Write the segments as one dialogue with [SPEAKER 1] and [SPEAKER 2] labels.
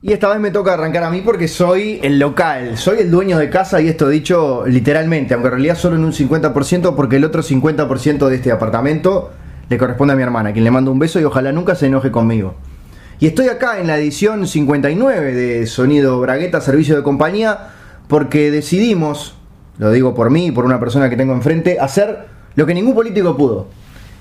[SPEAKER 1] Y esta vez me toca arrancar a mí porque soy el local, soy el dueño de casa y esto dicho literalmente, aunque en realidad solo en un 50% porque el otro 50% de este apartamento le corresponde a mi hermana, a quien le mando un beso y ojalá nunca se enoje conmigo. Y estoy acá en la edición 59 de Sonido Bragueta, Servicio de Compañía, porque decidimos, lo digo por mí y por una persona que tengo enfrente, hacer lo que ningún político pudo.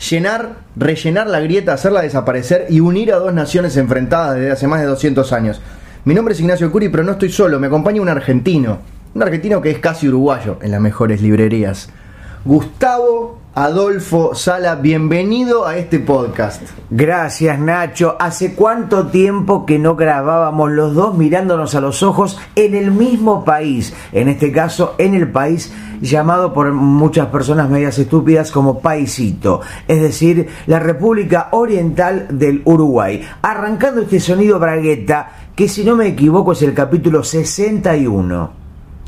[SPEAKER 1] Llenar, rellenar la grieta, hacerla desaparecer y unir a dos naciones enfrentadas desde hace más de 200 años. Mi nombre es Ignacio Curi, pero no estoy solo, me acompaña un argentino. Un argentino que es casi uruguayo en las mejores librerías. Gustavo Adolfo Sala, bienvenido a este podcast.
[SPEAKER 2] Gracias Nacho, hace cuánto tiempo que no grabábamos los dos mirándonos a los ojos en el mismo país, en este caso en el país llamado por muchas personas medias estúpidas como Paisito, es decir, la República Oriental del Uruguay. Arrancando este sonido bragueta, que si no me equivoco es el capítulo 61.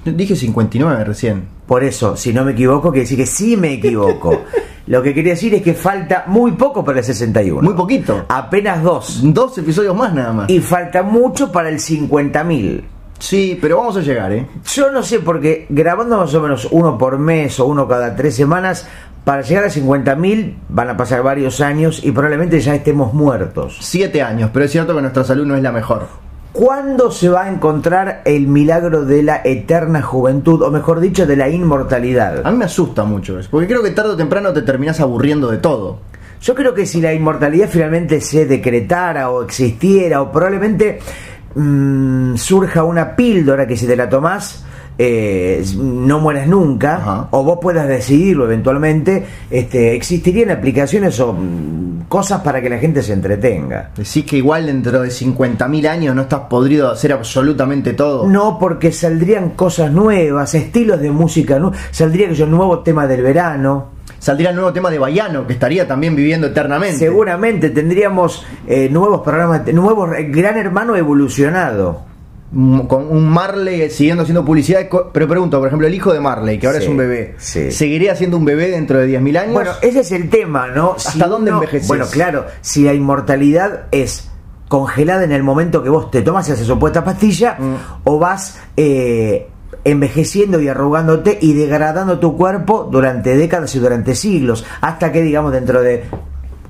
[SPEAKER 1] Dije 59 recién.
[SPEAKER 2] Por eso, si no me equivoco, quiere decir que sí me equivoco. Lo que quería decir es que falta muy poco para el 61.
[SPEAKER 1] Muy poquito.
[SPEAKER 2] Apenas dos.
[SPEAKER 1] Dos episodios más nada más.
[SPEAKER 2] Y falta mucho para el 50.000.
[SPEAKER 1] Sí, pero vamos a llegar, ¿eh?
[SPEAKER 2] Yo no sé, porque grabando más o menos uno por mes o uno cada tres semanas, para llegar a 50.000 van a pasar varios años y probablemente ya estemos muertos.
[SPEAKER 1] Siete años, pero es cierto que nuestra salud no es la mejor.
[SPEAKER 2] ¿Cuándo se va a encontrar el milagro de la eterna juventud, o mejor dicho, de la inmortalidad?
[SPEAKER 1] A mí me asusta mucho eso, porque creo que tarde o temprano te terminás aburriendo de todo.
[SPEAKER 2] Yo creo que si la inmortalidad finalmente se decretara o existiera, o probablemente mmm, surja una píldora que si te la tomás, eh, no mueras nunca,
[SPEAKER 1] Ajá.
[SPEAKER 2] o vos puedas decidirlo eventualmente, este, existirían aplicaciones o mm, cosas para que la gente se entretenga.
[SPEAKER 1] Decís que igual dentro de 50.000 años no estás podrido de hacer absolutamente todo.
[SPEAKER 2] No, porque saldrían cosas nuevas, estilos de música, nu- saldría que yo nuevo tema del verano.
[SPEAKER 1] Saldría el nuevo tema de Bayano, que estaría también viviendo eternamente.
[SPEAKER 2] Seguramente tendríamos eh, nuevos programas, nuevos eh, Gran Hermano evolucionado.
[SPEAKER 1] M- Mm, Con un Marley siguiendo haciendo publicidad. co- Pero pregunto, por ejemplo, el hijo de Marley, que ahora
[SPEAKER 2] Sí,
[SPEAKER 1] es un bebé,
[SPEAKER 2] sí.
[SPEAKER 1] ¿seguiría siendo un bebé dentro de 10.000 años?
[SPEAKER 2] Bueno, ese es el tema, ¿no? Si
[SPEAKER 1] ¿Hasta dónde envejeces?
[SPEAKER 2] Bueno, claro, si la inmortalidad es congelada en el momento que vos te tomas esa supuesta pastilla
[SPEAKER 1] Mm.
[SPEAKER 2] o vas eh, envejeciendo y arrugándote y degradando tu cuerpo durante décadas y durante siglos, hasta que, digamos, dentro de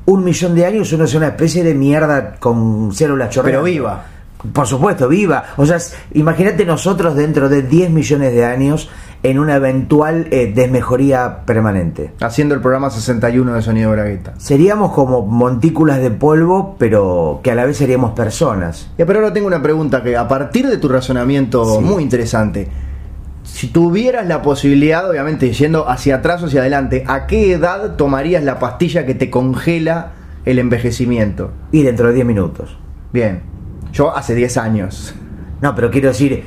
[SPEAKER 2] un millón de años uno es una especie de mierda con células chorreando.
[SPEAKER 1] Pero viva.
[SPEAKER 2] Por supuesto, viva. O sea, s- imagínate nosotros dentro de 10 millones de años en una eventual eh, desmejoría permanente.
[SPEAKER 1] Haciendo el programa 61 de Sonido Bragueta.
[SPEAKER 2] Seríamos como montículas de polvo, pero que a la vez seríamos personas.
[SPEAKER 1] Ya, pero ahora tengo una pregunta que a partir de tu razonamiento
[SPEAKER 2] Sí.
[SPEAKER 1] muy interesante, si tuvieras la posibilidad, obviamente yendo hacia atrás o hacia adelante, ¿a qué edad tomarías la pastilla que te congela el envejecimiento?
[SPEAKER 2] Y dentro de 10 minutos.
[SPEAKER 1] Bien, yo hace 10 años.
[SPEAKER 2] No, pero quiero decir.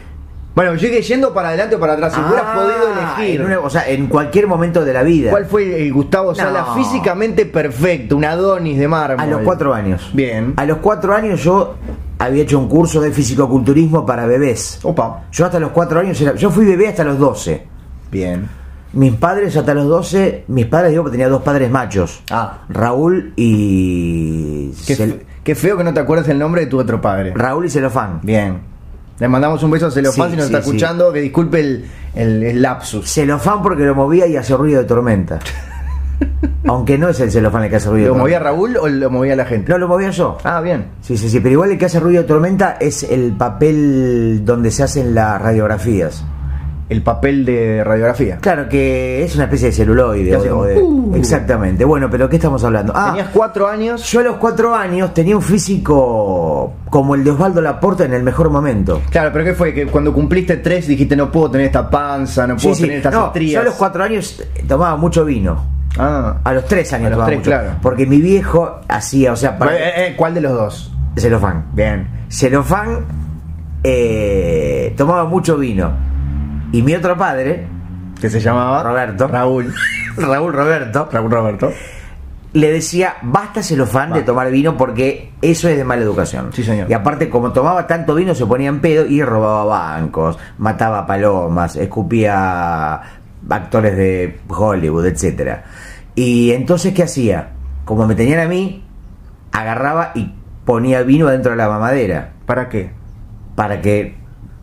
[SPEAKER 1] Bueno, yo llegué yendo para adelante o para atrás, si hubieras
[SPEAKER 2] ah,
[SPEAKER 1] podido elegir.
[SPEAKER 2] en una- o sea, en cualquier momento de la vida.
[SPEAKER 1] ¿Cuál fue el Gustavo Sala
[SPEAKER 2] No.
[SPEAKER 1] físicamente perfecto, un Adonis de mármol?
[SPEAKER 2] A los 4 años.
[SPEAKER 1] Bien.
[SPEAKER 2] A los 4 años yo había hecho un curso de fisicoculturismo para bebés.
[SPEAKER 1] Opa.
[SPEAKER 2] Yo hasta los 4 años era- Yo fui bebé hasta los 12.
[SPEAKER 1] Bien.
[SPEAKER 2] Mis padres hasta los 12. Mis padres, digo, porque tenía dos padres machos.
[SPEAKER 1] Ah.
[SPEAKER 2] Raúl y.
[SPEAKER 1] Qué,
[SPEAKER 2] Cel-
[SPEAKER 1] fe- qué feo que no te acuerdes el nombre de tu otro padre.
[SPEAKER 2] Raúl y Celofán.
[SPEAKER 1] Bien. Le mandamos un beso a Celofán
[SPEAKER 2] Sí,
[SPEAKER 1] si nos
[SPEAKER 2] sí,
[SPEAKER 1] está
[SPEAKER 2] sí.
[SPEAKER 1] escuchando, que disculpe el, el- el lapsus.
[SPEAKER 2] Celofán porque lo movía y hace ruido de tormenta. Aunque no es el celofán el que hace ruido
[SPEAKER 1] ¿Lo
[SPEAKER 2] de
[SPEAKER 1] movía
[SPEAKER 2] tormenta.
[SPEAKER 1] Raúl o lo movía la gente?
[SPEAKER 2] No, lo movía yo.
[SPEAKER 1] Ah, bien.
[SPEAKER 2] Sí, sí, sí. Pero igual el que hace ruido de tormenta es el papel donde se hacen las radiografías.
[SPEAKER 1] El papel de radiografía.
[SPEAKER 2] Claro que es una especie de celuloide.
[SPEAKER 1] Que hace
[SPEAKER 2] o- o
[SPEAKER 1] como,
[SPEAKER 2] de-
[SPEAKER 1] "Uh".
[SPEAKER 2] Exactamente. Bueno, pero ¿qué estamos hablando? Ah,
[SPEAKER 1] Tenías cuatro años.
[SPEAKER 2] yo a los cuatro años tenía un físico como el de Osvaldo Laporta en el mejor momento.
[SPEAKER 1] Claro, pero ¿qué fue? Que cuando cumpliste tres dijiste no puedo tener esta panza, no
[SPEAKER 2] Sí,
[SPEAKER 1] puedo
[SPEAKER 2] sí.
[SPEAKER 1] tener estas
[SPEAKER 2] No, yo
[SPEAKER 1] estrías.
[SPEAKER 2] a los cuatro años eh, tomaba mucho vino.
[SPEAKER 1] Ah.
[SPEAKER 2] A los tres años
[SPEAKER 1] A los
[SPEAKER 2] tomaba
[SPEAKER 1] tres,
[SPEAKER 2] mucho,
[SPEAKER 1] claro.
[SPEAKER 2] Porque mi viejo hacía, o sea, para...
[SPEAKER 1] Eh, eh, ¿Cuál de los dos?
[SPEAKER 2] Celofán.
[SPEAKER 1] Bien.
[SPEAKER 2] Celofán eh, tomaba mucho vino. Y mi otro padre,
[SPEAKER 1] Que se llamaba
[SPEAKER 2] Roberto.
[SPEAKER 1] Raúl.
[SPEAKER 2] Raúl Roberto,
[SPEAKER 1] Raúl Roberto.
[SPEAKER 2] le decía, basta celofán de
[SPEAKER 1] Basta.
[SPEAKER 2] tomar vino porque eso es de mala educación.
[SPEAKER 1] Sí, señor.
[SPEAKER 2] Y aparte, como tomaba tanto vino, se ponía en pedo y robaba bancos, mataba palomas, escupía actores de Hollywood, etcétera. Y entonces, ¿qué hacía? Como me tenían a mí, agarraba y ponía vino adentro de la mamadera.
[SPEAKER 1] ¿Para qué?
[SPEAKER 2] para que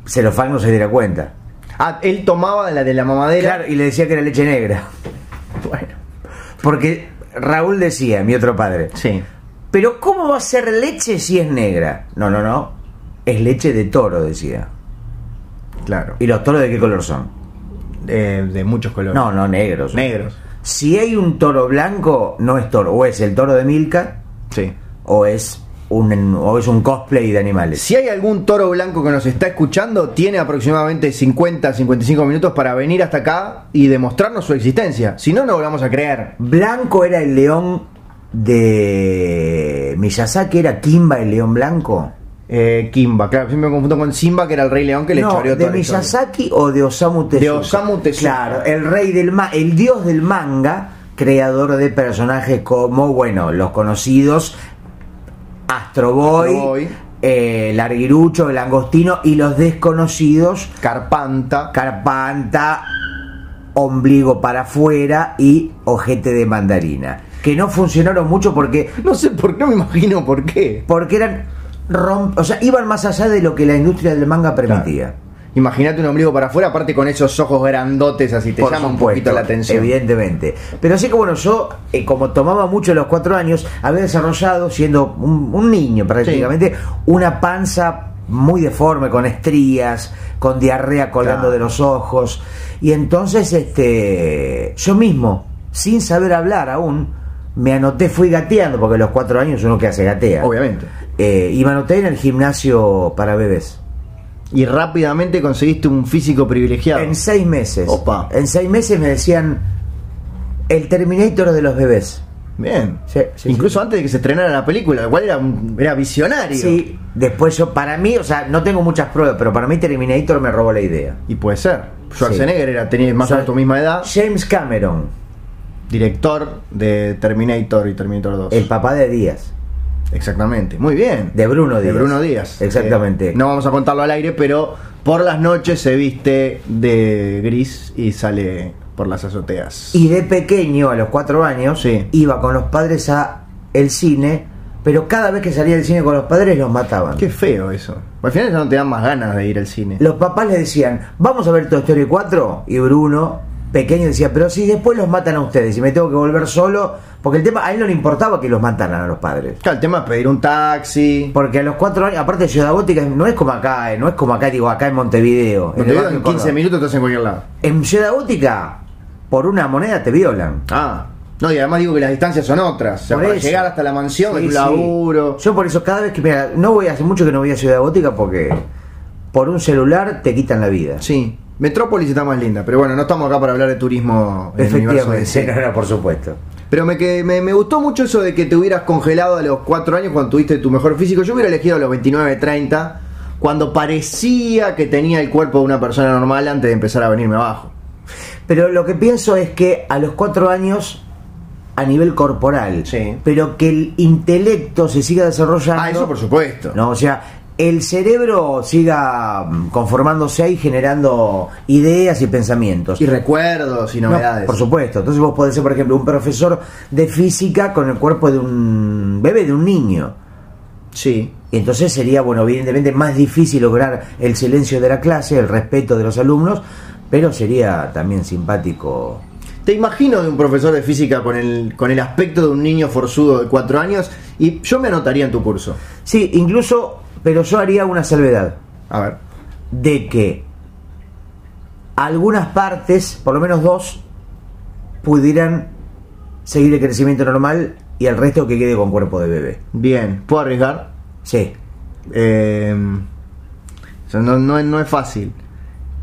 [SPEAKER 2] Celofán no se diera cuenta.
[SPEAKER 1] Ah, él tomaba de la de la mamadera.
[SPEAKER 2] Claro, y le decía que era leche negra.
[SPEAKER 1] Bueno,
[SPEAKER 2] Porque Raúl decía, mi otro padre,
[SPEAKER 1] sí.
[SPEAKER 2] pero ¿cómo va a ser leche si es negra? No, no, no. Es leche de toro, decía.
[SPEAKER 1] Claro.
[SPEAKER 2] ¿Y los toros de qué color son?
[SPEAKER 1] Eh, de muchos colores.
[SPEAKER 2] No, no, negros.
[SPEAKER 1] Negros.
[SPEAKER 2] Si hay un toro blanco, no es toro. O es el toro de Milka
[SPEAKER 1] Sí.
[SPEAKER 2] o es un, o es un cosplay de animales.
[SPEAKER 1] Si hay algún toro blanco que nos está escuchando, tiene aproximadamente 50, 55 minutos para venir hasta acá y demostrarnos su existencia. Si no, no volvamos a creer.
[SPEAKER 2] Blanco era el león de Miyazaki, era Kimba el león blanco.
[SPEAKER 1] Eh, Kimba, claro, siempre me confundo con Simba, que era el rey león que le
[SPEAKER 2] no,
[SPEAKER 1] choreó
[SPEAKER 2] de
[SPEAKER 1] toda la historia.
[SPEAKER 2] Miyazaki o de Osamu Tezuka.
[SPEAKER 1] De Osamu Tezuka.
[SPEAKER 2] Claro, el rey del ma el dios del manga, creador de personajes como, bueno, los conocidos Astro Boy,
[SPEAKER 1] Astro Boy.
[SPEAKER 2] eh, Larguirucho, el Angostino y los desconocidos
[SPEAKER 1] Carpanta.
[SPEAKER 2] Carpanta, Ombligo para afuera y Ojete de Mandarina, que no funcionaron mucho porque
[SPEAKER 1] No sé por qué, no me imagino por qué.
[SPEAKER 2] porque eran rom- o sea, iban más allá de lo que la industria del manga permitía.
[SPEAKER 1] Imagínate un ombligo para afuera, aparte con esos ojos grandotes, así te
[SPEAKER 2] Por
[SPEAKER 1] llama un
[SPEAKER 2] supuesto,
[SPEAKER 1] poquito la atención.
[SPEAKER 2] Evidentemente. Pero así que bueno, yo, eh, como tomaba mucho a los cuatro años, había desarrollado, siendo un, un niño prácticamente, una panza muy deforme, con estrías, con diarrea colgando
[SPEAKER 1] Claro.
[SPEAKER 2] de los ojos. Y entonces, este, yo mismo, sin saber hablar aún, me anoté, fui gateando, porque a los cuatro años uno que hace gatea.
[SPEAKER 1] Obviamente.
[SPEAKER 2] Eh, y me anoté en el gimnasio para bebés.
[SPEAKER 1] Y rápidamente conseguiste un físico privilegiado.
[SPEAKER 2] En seis meses.
[SPEAKER 1] Opa.
[SPEAKER 2] En seis meses me decían el Terminator de los bebés.
[SPEAKER 1] Bien.
[SPEAKER 2] Sí, sí,
[SPEAKER 1] Incluso antes de que se estrenara la película, igual era, un- era visionario.
[SPEAKER 2] Sí, después yo, para mí, o sea, no tengo muchas pruebas, pero para mí Terminator me robó la idea.
[SPEAKER 1] Y puede ser. Schwarzenegger era, tenía más o
[SPEAKER 2] Schwar-
[SPEAKER 1] menos tu misma edad,
[SPEAKER 2] James Cameron,
[SPEAKER 1] director de Terminator y Terminator 2.
[SPEAKER 2] el papá de Díaz,
[SPEAKER 1] Exactamente. Muy bien.
[SPEAKER 2] de Bruno Díaz.
[SPEAKER 1] De Bruno Díaz.
[SPEAKER 2] Exactamente.
[SPEAKER 1] Eh, no vamos a contarlo al aire, pero por las noches se viste de gris y sale por las azoteas.
[SPEAKER 2] Y de pequeño, a los cuatro años,
[SPEAKER 1] Sí.
[SPEAKER 2] iba con los padres a el cine, pero cada vez que salía del cine con los padres los mataban.
[SPEAKER 1] Qué feo eso. Al final ya no te dan más ganas de ir al cine.
[SPEAKER 2] Los papás le decían, vamos a ver Toy Story 4. Y Bruno, pequeño, decía, pero si después los matan a ustedes y me tengo que volver solo. Porque el tema, a él no le importaba que los mataran a los padres.
[SPEAKER 1] Claro, el tema es pedir un taxi.
[SPEAKER 2] Porque a los cuatro años, aparte Ciudad Gótica no es como acá, eh, no es como acá, digo, acá en Montevideo.
[SPEAKER 1] No
[SPEAKER 2] el
[SPEAKER 1] te veo
[SPEAKER 2] barrio
[SPEAKER 1] en 15
[SPEAKER 2] Córdoba.
[SPEAKER 1] minutos estás en cualquier lado.
[SPEAKER 2] En Ciudad Gótica, por una moneda te violan.
[SPEAKER 1] Ah. No, y además digo que las distancias son otras. O sea,
[SPEAKER 2] Por
[SPEAKER 1] para
[SPEAKER 2] eso.
[SPEAKER 1] llegar hasta la mansión,
[SPEAKER 2] Sí,
[SPEAKER 1] es un
[SPEAKER 2] sí.
[SPEAKER 1] laburo.
[SPEAKER 2] Yo por eso cada vez que, mira, no voy, hace mucho que no voy a Ciudad Gótica porque por un celular te quitan la vida.
[SPEAKER 1] Sí. Metrópolis está más linda, pero bueno, no estamos acá para hablar de turismo en el universo de
[SPEAKER 2] Efectivamente, sí, no, no, por supuesto.
[SPEAKER 1] Pero me, que, me, me gustó mucho eso de que te hubieras congelado a los 4 años cuando tuviste tu mejor físico. Yo hubiera elegido a los 29, 30, cuando parecía que tenía el cuerpo de una persona normal antes de empezar a venirme abajo.
[SPEAKER 2] Pero lo que pienso es que a los cuatro años, a nivel corporal,
[SPEAKER 1] Sí.
[SPEAKER 2] pero que el intelecto se siga desarrollando.
[SPEAKER 1] Ah, eso por supuesto.
[SPEAKER 2] No, o sea, el cerebro siga mm, conformándose y generando ideas y pensamientos.
[SPEAKER 1] Y recuerdos y
[SPEAKER 2] No,
[SPEAKER 1] novedades.
[SPEAKER 2] por supuesto. Entonces vos podés ser, por ejemplo, un profesor de física con el cuerpo de un bebé, de un niño.
[SPEAKER 1] Sí.
[SPEAKER 2] Y entonces sería, bueno, evidentemente más difícil lograr el silencio de la clase, el respeto de los alumnos, pero sería también simpático
[SPEAKER 1] Te imagino de un profesor de física con el, con el aspecto de un niño forzudo de 4 años y yo me anotaría en tu curso.
[SPEAKER 2] Sí, incluso, pero yo haría una salvedad
[SPEAKER 1] A ver.
[SPEAKER 2] de que algunas partes, por lo menos dos, pudieran seguir el crecimiento normal y el resto que quede con cuerpo de bebé.
[SPEAKER 1] Bien, ¿puedo arriesgar?
[SPEAKER 2] Sí.
[SPEAKER 1] Eh, o sea, no, no, es- no es fácil.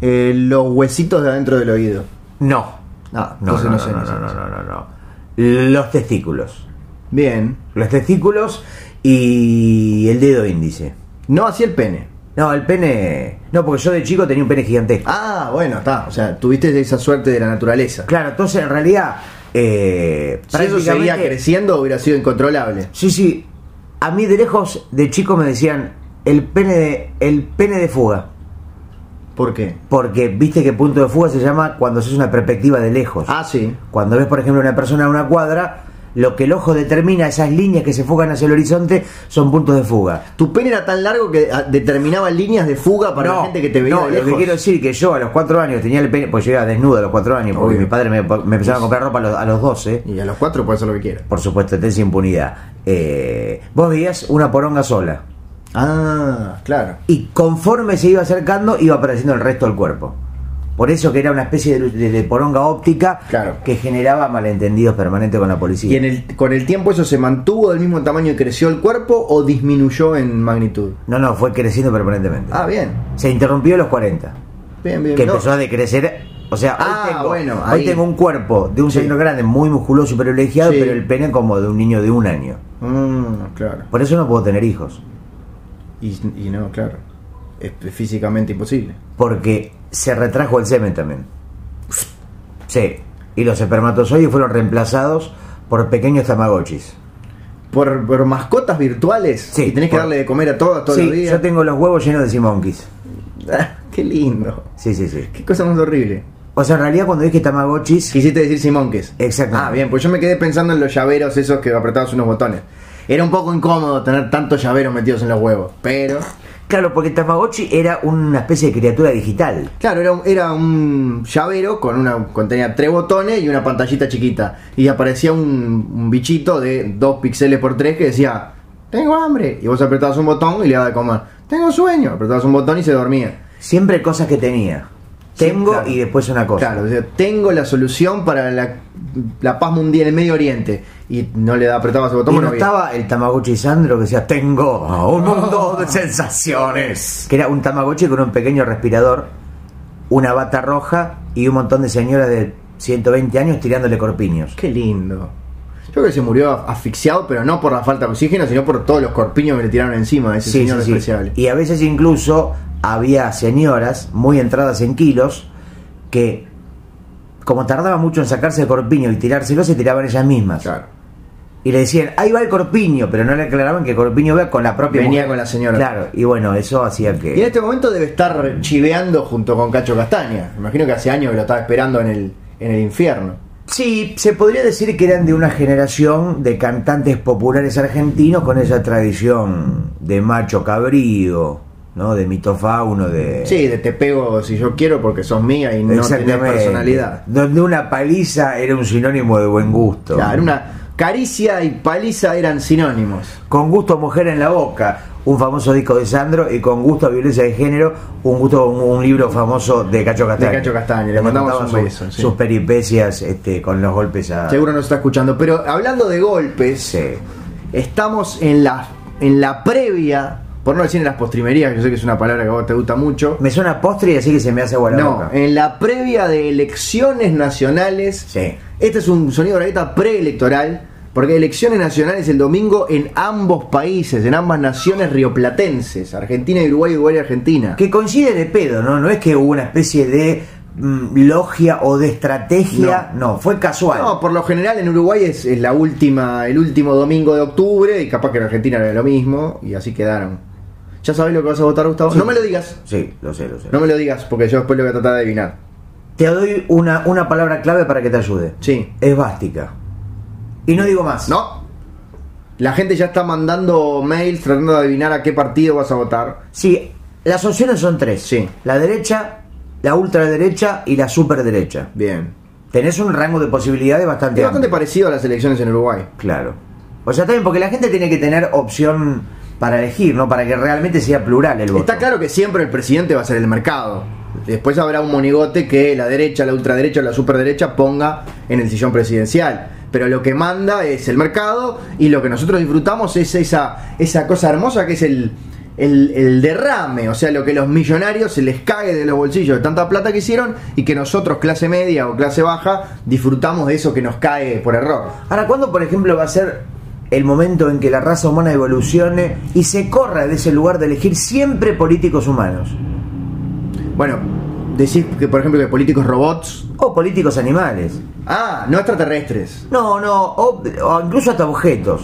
[SPEAKER 1] Eh, los huesitos de adentro del oído.
[SPEAKER 2] No.
[SPEAKER 1] Ah,
[SPEAKER 2] No,
[SPEAKER 1] entonces
[SPEAKER 2] no,
[SPEAKER 1] no
[SPEAKER 2] no,
[SPEAKER 1] sé,
[SPEAKER 2] no,
[SPEAKER 1] no sé,
[SPEAKER 2] no,
[SPEAKER 1] no sé.
[SPEAKER 2] no, no, no. Los testículos.
[SPEAKER 1] Bien.
[SPEAKER 2] Los testículos y el dedo índice.
[SPEAKER 1] No hacía el pene.
[SPEAKER 2] No, el pene... No, porque yo de chico tenía un pene gigantesco.
[SPEAKER 1] Ah, bueno, está. O sea, tuviste esa suerte de la naturaleza.
[SPEAKER 2] Claro, entonces en realidad... Eh,
[SPEAKER 1] Si eso seguía
[SPEAKER 2] prácticamente-
[SPEAKER 1] creciendo, hubiera sido incontrolable.
[SPEAKER 2] Sí, sí. A mí de lejos, de chico me decían el pene de, el pene de fuga.
[SPEAKER 1] ¿Por qué?
[SPEAKER 2] Porque viste que punto de fuga se llama cuando se hace una perspectiva de lejos.
[SPEAKER 1] Ah, sí.
[SPEAKER 2] Cuando ves, por ejemplo, una persona en una cuadra, lo que el ojo determina, esas líneas que se fugan hacia el horizonte, son puntos de fuga.
[SPEAKER 1] Tu pene era tan largo que ah, determinaba líneas de fuga para la gente que te veía
[SPEAKER 2] no,
[SPEAKER 1] de
[SPEAKER 2] lo que
[SPEAKER 1] lejos.
[SPEAKER 2] quiero decir que yo a los cuatro años tenía el pene, pues yo iba desnudo a los cuatro años, porque
[SPEAKER 1] Obvio.
[SPEAKER 2] mi padre me, me empezaba a comprar ropa a los, a los 12,
[SPEAKER 1] Y a los cuatro puede hacer lo que quiera.
[SPEAKER 2] por supuesto, tenés impunidad. Eh, vos veías una poronga sola.
[SPEAKER 1] Ah, claro.
[SPEAKER 2] Y conforme se iba acercando, iba apareciendo el resto del cuerpo. Por eso que era una especie de, de- de poronga óptica
[SPEAKER 1] Claro.
[SPEAKER 2] que generaba malentendidos permanentes con la policía.
[SPEAKER 1] ¿Y en el, con el tiempo eso se mantuvo del mismo tamaño y creció el cuerpo o disminuyó en magnitud?
[SPEAKER 2] No, no, fue creciendo permanentemente.
[SPEAKER 1] Ah, bien.
[SPEAKER 2] Se interrumpió a los 40,
[SPEAKER 1] Bien, bien.
[SPEAKER 2] que
[SPEAKER 1] no.
[SPEAKER 2] empezó a decrecer. O sea, hoy,
[SPEAKER 1] Ah,
[SPEAKER 2] tengo,
[SPEAKER 1] bueno,
[SPEAKER 2] hoy
[SPEAKER 1] ahí.
[SPEAKER 2] tengo un cuerpo de un
[SPEAKER 1] Sí.
[SPEAKER 2] señor grande, muy musculoso y privilegiado,
[SPEAKER 1] Sí.
[SPEAKER 2] pero el pene como de un niño de un año.
[SPEAKER 1] Mm, claro.
[SPEAKER 2] Por eso no puedo tener hijos.
[SPEAKER 1] Y, y no, claro. Es físicamente imposible.
[SPEAKER 2] Porque se retrajo el semen también. Sí. Y los espermatozoides fueron reemplazados por pequeños tamagotchis.
[SPEAKER 1] Por, por mascotas virtuales
[SPEAKER 2] Sí,
[SPEAKER 1] y tenés que
[SPEAKER 2] por-
[SPEAKER 1] darle de comer a todas todos los
[SPEAKER 2] Sí,
[SPEAKER 1] días. Ah,
[SPEAKER 2] yo tengo los huevos llenos de simonkis.
[SPEAKER 1] Qué lindo.
[SPEAKER 2] Sí, sí, sí.
[SPEAKER 1] Qué cosa más horrible.
[SPEAKER 2] O sea, en realidad cuando dije tamagotchis...
[SPEAKER 1] Quisiste decir simonques.
[SPEAKER 2] Exactamente.
[SPEAKER 1] Ah, bien, pues yo me quedé pensando en los llaveros esos que apretabas unos botones. Era un poco incómodo tener tantos llaveros metidos en los huevos, pero...
[SPEAKER 2] Claro, porque Tamagotchi era una especie de criatura digital.
[SPEAKER 1] Claro, era un, era un llavero con una contenía tres botones y una pantallita chiquita. Y aparecía un, un bichito de dos píxeles por tres que decía, tengo hambre. Y vos apretabas un botón y le dabas de comer. Tengo sueño. Apretabas un botón y se dormía.
[SPEAKER 2] Siempre cosas que tenía.
[SPEAKER 1] Sí,
[SPEAKER 2] Tengo
[SPEAKER 1] claro.
[SPEAKER 2] y después una cosa.
[SPEAKER 1] Claro, o sea, tengo la solución para la, la paz mundial en el Medio Oriente. Y no le apretabas el
[SPEAKER 2] Y
[SPEAKER 1] botón.
[SPEAKER 2] no
[SPEAKER 1] porque no había.
[SPEAKER 2] estaba el Tamagotchi Sandro que decía, tengo un mundo de sensaciones. Que era un Tamagotchi con un pequeño respirador, una bata roja y un montón de señoras de 120 años tirándole corpiños.
[SPEAKER 1] Qué lindo. Yo creo que se murió af- asfixiado, pero no por la falta de oxígeno, sino por todos los corpiños que le tiraron encima a ese
[SPEAKER 2] Sí,
[SPEAKER 1] señor
[SPEAKER 2] sí, sí.
[SPEAKER 1] despreciable.
[SPEAKER 2] Y a veces incluso había señoras muy entradas en kilos que, como tardaba mucho en sacarse el corpiño y tirárselo, se tiraban ellas mismas.
[SPEAKER 1] Claro.
[SPEAKER 2] Y le decían, ahí va el corpiño, pero no le aclaraban que el corpiño iba con la propia
[SPEAKER 1] Venía
[SPEAKER 2] mujer.
[SPEAKER 1] con la señora.
[SPEAKER 2] Claro, y bueno, eso hacía que...
[SPEAKER 1] Y en este momento debe estar chiveando junto con Cacho Castaña. Me Imagino que hace años que lo estaba esperando en el, en el infierno.
[SPEAKER 2] Sí, se podría decir que eran de una generación de cantantes populares argentinos con esa tradición de macho cabrío, ¿no? De mitofauno, de...
[SPEAKER 1] Sí, de te pego si yo quiero porque sos mía y no tenés personalidad.
[SPEAKER 2] Donde una paliza era un sinónimo de buen gusto.
[SPEAKER 1] Claro, una caricia y paliza eran sinónimos.
[SPEAKER 2] Con gusto a mujer en la boca, un famoso disco de Sandro, y con gusto a violencia de género, un gusto un, un libro famoso de Cacho Castaña.
[SPEAKER 1] Cacho Castaña, le
[SPEAKER 2] Donde
[SPEAKER 1] mandamos
[SPEAKER 2] contaba
[SPEAKER 1] un
[SPEAKER 2] sus-
[SPEAKER 1] beso, sí.
[SPEAKER 2] Sus peripecias este, con los golpes a...
[SPEAKER 1] Seguro nos está escuchando. Pero hablando de golpes,
[SPEAKER 2] Sí.
[SPEAKER 1] estamos en la, en la previa, por no decir en las postrimerías, que yo sé que es una palabra que a vos te gusta mucho.
[SPEAKER 2] Me suena postre y así que se me hace agua la
[SPEAKER 1] No, eh.
[SPEAKER 2] boca.
[SPEAKER 1] en la previa de elecciones nacionales.
[SPEAKER 2] Sí.
[SPEAKER 1] Este es un sonido de galleta preelectoral, porque elecciones nacionales el domingo en ambos países, en ambas naciones rioplatenses, Argentina y Uruguay, Uruguay y Argentina.
[SPEAKER 2] Que coincide de pedo, ¿no? No es que hubo una especie de mm, logia o de estrategia. No, fue casual.
[SPEAKER 1] No, por lo general en Uruguay es, es la última, el último domingo de octubre, y capaz que en Argentina era lo mismo, y así quedaron. ¿Ya sabés lo que vas a votar, Gustavo?
[SPEAKER 2] Sí.
[SPEAKER 1] No me lo digas,
[SPEAKER 2] Sí, lo sé, lo sé.
[SPEAKER 1] no me lo digas, porque yo después lo voy a tratar de adivinar.
[SPEAKER 2] Te doy una, una palabra clave para que te ayude.
[SPEAKER 1] Sí.
[SPEAKER 2] Es bástica. Y no digo más.
[SPEAKER 1] No. La gente ya está mandando mails tratando de adivinar a qué partido vas a votar.
[SPEAKER 2] Sí, las opciones son tres.
[SPEAKER 1] Sí.
[SPEAKER 2] La derecha, la ultraderecha y la superderecha.
[SPEAKER 1] Bien.
[SPEAKER 2] Tenés un rango de posibilidades bastante
[SPEAKER 1] Es bastante
[SPEAKER 2] amplio.
[SPEAKER 1] parecido a las elecciones en Uruguay.
[SPEAKER 2] Claro. O sea, también porque la gente tiene que tener opción para elegir, ¿no? Para que realmente sea plural el voto.
[SPEAKER 1] Está claro que siempre el presidente va a ser el mercado. Después habrá un monigote que la derecha, la ultraderecha o la superderecha ponga en el sillón presidencial. Pero lo que manda es el mercado y lo que nosotros disfrutamos es esa, esa cosa hermosa que es el, el, el derrame. O sea, lo que los millonarios se les cae de los bolsillos de tanta plata que hicieron y que nosotros, clase media o clase baja, disfrutamos de eso que nos cae por error.
[SPEAKER 2] Ahora, ¿cuándo, por ejemplo, va a ser el momento en que la raza humana evolucione y se corra de ese lugar de elegir siempre políticos humanos?
[SPEAKER 1] Bueno, decís que, por ejemplo, que políticos robots.
[SPEAKER 2] O políticos animales.
[SPEAKER 1] Ah, no extraterrestres.
[SPEAKER 2] No, no, o, o incluso hasta objetos.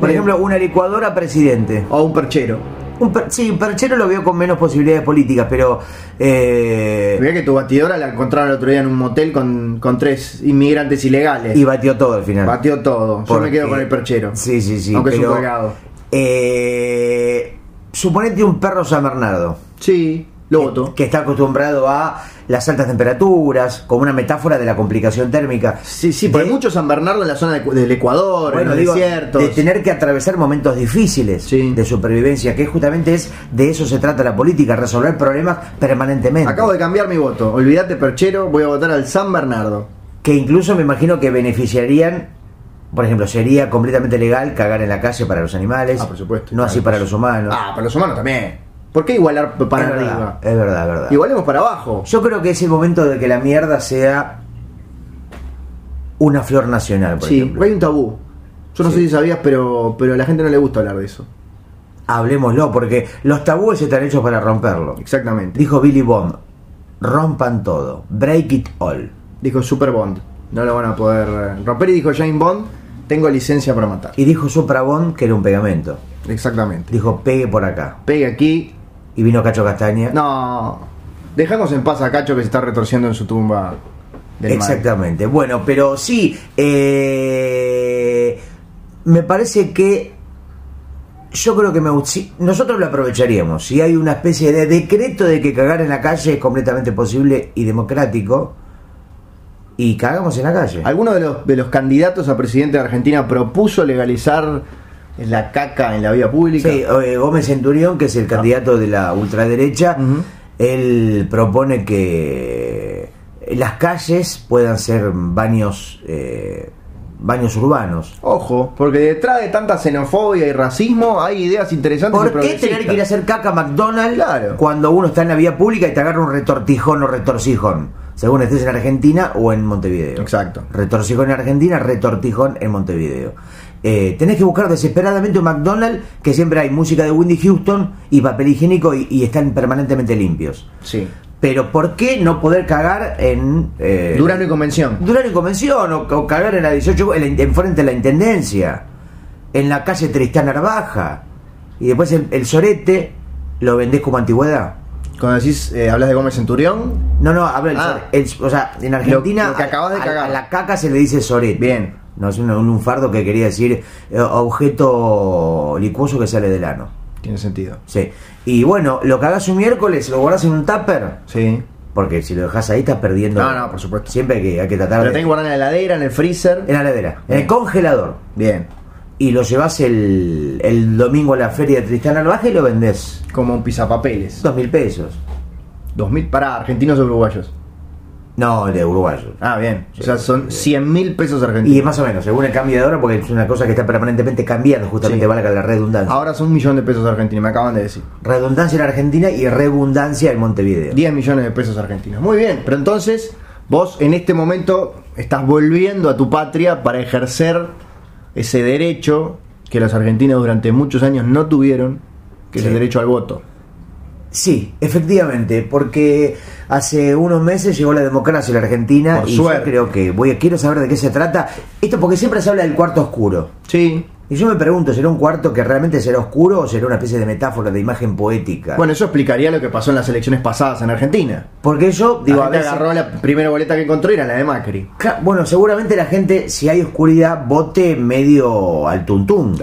[SPEAKER 2] Por
[SPEAKER 1] Bien.
[SPEAKER 2] ejemplo, una licuadora presidente.
[SPEAKER 1] O un perchero.
[SPEAKER 2] Un per- sí, un perchero lo veo con menos posibilidades políticas, pero. eh,
[SPEAKER 1] Mirá que tu batidora la encontraron el otro día en un motel con, con tres inmigrantes ilegales.
[SPEAKER 2] y batió todo al final.
[SPEAKER 1] Batió todo. Yo me
[SPEAKER 2] Porque-
[SPEAKER 1] quedo con el perchero.
[SPEAKER 2] Sí, sí, sí.
[SPEAKER 1] Aunque es
[SPEAKER 2] pero,
[SPEAKER 1] un colgado.
[SPEAKER 2] eh, Suponete un perro San Bernardo.
[SPEAKER 1] Sí, lo voto.
[SPEAKER 2] Eh, Que está acostumbrado a las altas temperaturas, como una metáfora de la complicación térmica.
[SPEAKER 1] Sí, sí, porque
[SPEAKER 2] De-
[SPEAKER 1] hay mucho San Bernardo en la zona de- del Ecuador, en
[SPEAKER 2] Bueno,
[SPEAKER 1] los
[SPEAKER 2] digo,
[SPEAKER 1] desiertos.
[SPEAKER 2] de tener que atravesar momentos difíciles
[SPEAKER 1] Sí.
[SPEAKER 2] de supervivencia, que justamente es de eso se trata la política, resolver problemas permanentemente.
[SPEAKER 1] Acabo de cambiar mi voto. Olvídate, perchero, voy a votar al San Bernardo.
[SPEAKER 2] Que incluso me imagino que beneficiarían, por ejemplo, sería completamente legal cagar en la calle para los animales,
[SPEAKER 1] Ah, por supuesto.
[SPEAKER 2] no así para los humanos.
[SPEAKER 1] Ah, para los humanos también. ¿Por qué igualar p- para
[SPEAKER 2] es
[SPEAKER 1] arriba?
[SPEAKER 2] verdad, es verdad, es verdad.
[SPEAKER 1] Igualemos para abajo.
[SPEAKER 2] Yo creo que es el momento de que la mierda sea una flor nacional, por
[SPEAKER 1] sí,
[SPEAKER 2] ejemplo.
[SPEAKER 1] hay un tabú. Yo no
[SPEAKER 2] Sí.
[SPEAKER 1] sé si sabías, pero, pero a la gente no le gusta hablar de eso.
[SPEAKER 2] Hablemoslo, porque los tabúes están hechos para romperlo.
[SPEAKER 1] Exactamente.
[SPEAKER 2] Dijo Billy Bond, rompan todo, break it all.
[SPEAKER 1] Dijo Super Bond. No lo van a poder eh, romper. Y dijo Jane Bond, tengo licencia para matar.
[SPEAKER 2] Y dijo Supra Bond que era un pegamento.
[SPEAKER 1] Exactamente.
[SPEAKER 2] Dijo, pegue por acá.
[SPEAKER 1] Pegue aquí.
[SPEAKER 2] Y vino Cacho Castaña.
[SPEAKER 1] No. Dejamos en paz a Cacho que se está retorciendo en su tumba. Del mal.
[SPEAKER 2] Exactamente. Bueno, pero sí, eh, me parece que yo creo que me, gust- si- nosotros lo aprovecharíamos. Si hay una especie de decreto de que cagar en la calle es completamente posible y democrático, y cagamos en la calle.
[SPEAKER 1] Alguno de los, de los candidatos a presidente de Argentina propuso legalizar la caca en la vía pública.
[SPEAKER 2] Sí, eh, Gómez Centurión, que es el candidato de la ultraderecha,
[SPEAKER 1] Ah. Ujú.
[SPEAKER 2] él propone que las calles puedan ser baños, eh, baños urbanos.
[SPEAKER 1] Ojo, porque detrás de tanta xenofobia y racismo hay ideas interesantes. y
[SPEAKER 2] ¿Por qué
[SPEAKER 1] progresistas.
[SPEAKER 2] tener que ir a hacer caca a McDonald's
[SPEAKER 1] Claro.
[SPEAKER 2] cuando uno está en la vía pública y te agarra un retortijón o retorcijón? Según estés en Argentina o en Montevideo.
[SPEAKER 1] Exacto.
[SPEAKER 2] Retorcijón en Argentina, retortijón en Montevideo. Eh, tenés que buscar desesperadamente un McDonald's que siempre hay música de Wendy Houston y papel higiénico y, y están permanentemente limpios.
[SPEAKER 1] Sí.
[SPEAKER 2] Pero ¿por qué no poder cagar en... eh,
[SPEAKER 1] Durano y Convención.
[SPEAKER 2] Durar en convención o, o cagar en la 18 en, la in- enfrente de la intendencia, en la calle Tristán Arbaja, y después el, el sorete lo vendés como antigüedad.
[SPEAKER 1] Cuando decís, eh, hablas de Gómez Centurión.
[SPEAKER 2] No, no, habla el,
[SPEAKER 1] Ah.
[SPEAKER 2] sore- el- O sea, en Argentina.
[SPEAKER 1] lo que acabas de
[SPEAKER 2] a- a-
[SPEAKER 1] cagar.
[SPEAKER 2] A, la caca se le dice sorete.
[SPEAKER 1] Bien.
[SPEAKER 2] No, es un, un lunfardo que quería decir eh, objeto licuoso que sale del ano.
[SPEAKER 1] Tiene sentido.
[SPEAKER 2] Sí. Y bueno, lo cagás un miércoles, lo guardás en un tupper.
[SPEAKER 1] Sí.
[SPEAKER 2] Porque si lo dejás ahí estás perdiendo.
[SPEAKER 1] No, no, por supuesto.
[SPEAKER 2] Siempre hay que, hay que tratar
[SPEAKER 1] Lo
[SPEAKER 2] de.
[SPEAKER 1] tenés que guardar en la heladera, en el freezer.
[SPEAKER 2] En la heladera, en el
[SPEAKER 1] Bien.
[SPEAKER 2] congelador.
[SPEAKER 1] Bien.
[SPEAKER 2] y lo llevas el, el domingo a la feria de Tristán Arbaje y lo vendés.
[SPEAKER 1] Como un pizapapeles.
[SPEAKER 2] Dos mil pesos.
[SPEAKER 1] 2000 para argentinos o uruguayos.
[SPEAKER 2] No, de uruguayo.
[SPEAKER 1] Ah, bien. O sea,
[SPEAKER 2] Sí,
[SPEAKER 1] son
[SPEAKER 2] sí.
[SPEAKER 1] 100 mil pesos
[SPEAKER 2] Y
[SPEAKER 1] argentinos.
[SPEAKER 2] más o menos, según el cambio de ahora, porque es una cosa que está permanentemente cambiando, justamente
[SPEAKER 1] Sí. Ah.
[SPEAKER 2] valga la redundancia.
[SPEAKER 1] Ahora son un millón de pesos argentinos, me acaban de decir.
[SPEAKER 2] redundancia en Argentina y redundancia en Montevideo.
[SPEAKER 1] 10 millones de pesos argentinos. Muy bien, pero entonces vos en este momento estás volviendo a tu patria para ejercer ese derecho que los argentinos durante muchos años no tuvieron, que es
[SPEAKER 2] Sí.
[SPEAKER 1] el derecho al voto.
[SPEAKER 2] Sí, efectivamente, porque hace unos meses llegó la democracia a la Argentina
[SPEAKER 1] Por
[SPEAKER 2] y yo
[SPEAKER 1] suerte.
[SPEAKER 2] creo que voy a, quiero saber de qué se trata. Esto porque siempre se habla del cuarto oscuro.
[SPEAKER 1] Sí.
[SPEAKER 2] Y yo me pregunto, ¿será un cuarto que realmente será oscuro o será una especie de metáfora, de imagen poética?
[SPEAKER 1] Bueno, eso explicaría lo que pasó en las elecciones pasadas en Argentina.
[SPEAKER 2] porque yo
[SPEAKER 1] Digo,
[SPEAKER 2] digo,
[SPEAKER 1] la
[SPEAKER 2] a
[SPEAKER 1] gente
[SPEAKER 2] veces-
[SPEAKER 1] agarró la primera boleta que encontró y era la de Macri.
[SPEAKER 2] Ca- Bueno, seguramente la gente, si hay oscuridad, vote medio al tuntún.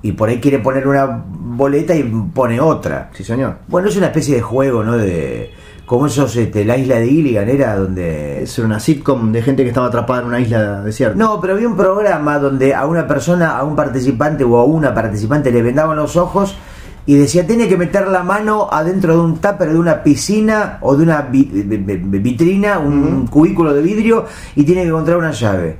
[SPEAKER 2] Y por ahí quiere poner una boleta y pone otra.
[SPEAKER 1] Sí, señor.
[SPEAKER 2] Bueno, es una especie de juego, ¿no? De como esos, este, la isla de Gilligan era donde...
[SPEAKER 1] Es una sitcom de gente que estaba atrapada en una isla desierta.
[SPEAKER 2] No, pero había un programa donde a una persona, a un participante o a una participante le vendaban los ojos y decía, tiene que meter la mano adentro de un tupper de una piscina o de una vi- vi- vi- vitrina, un cubículo de vidrio y tiene que encontrar una llave.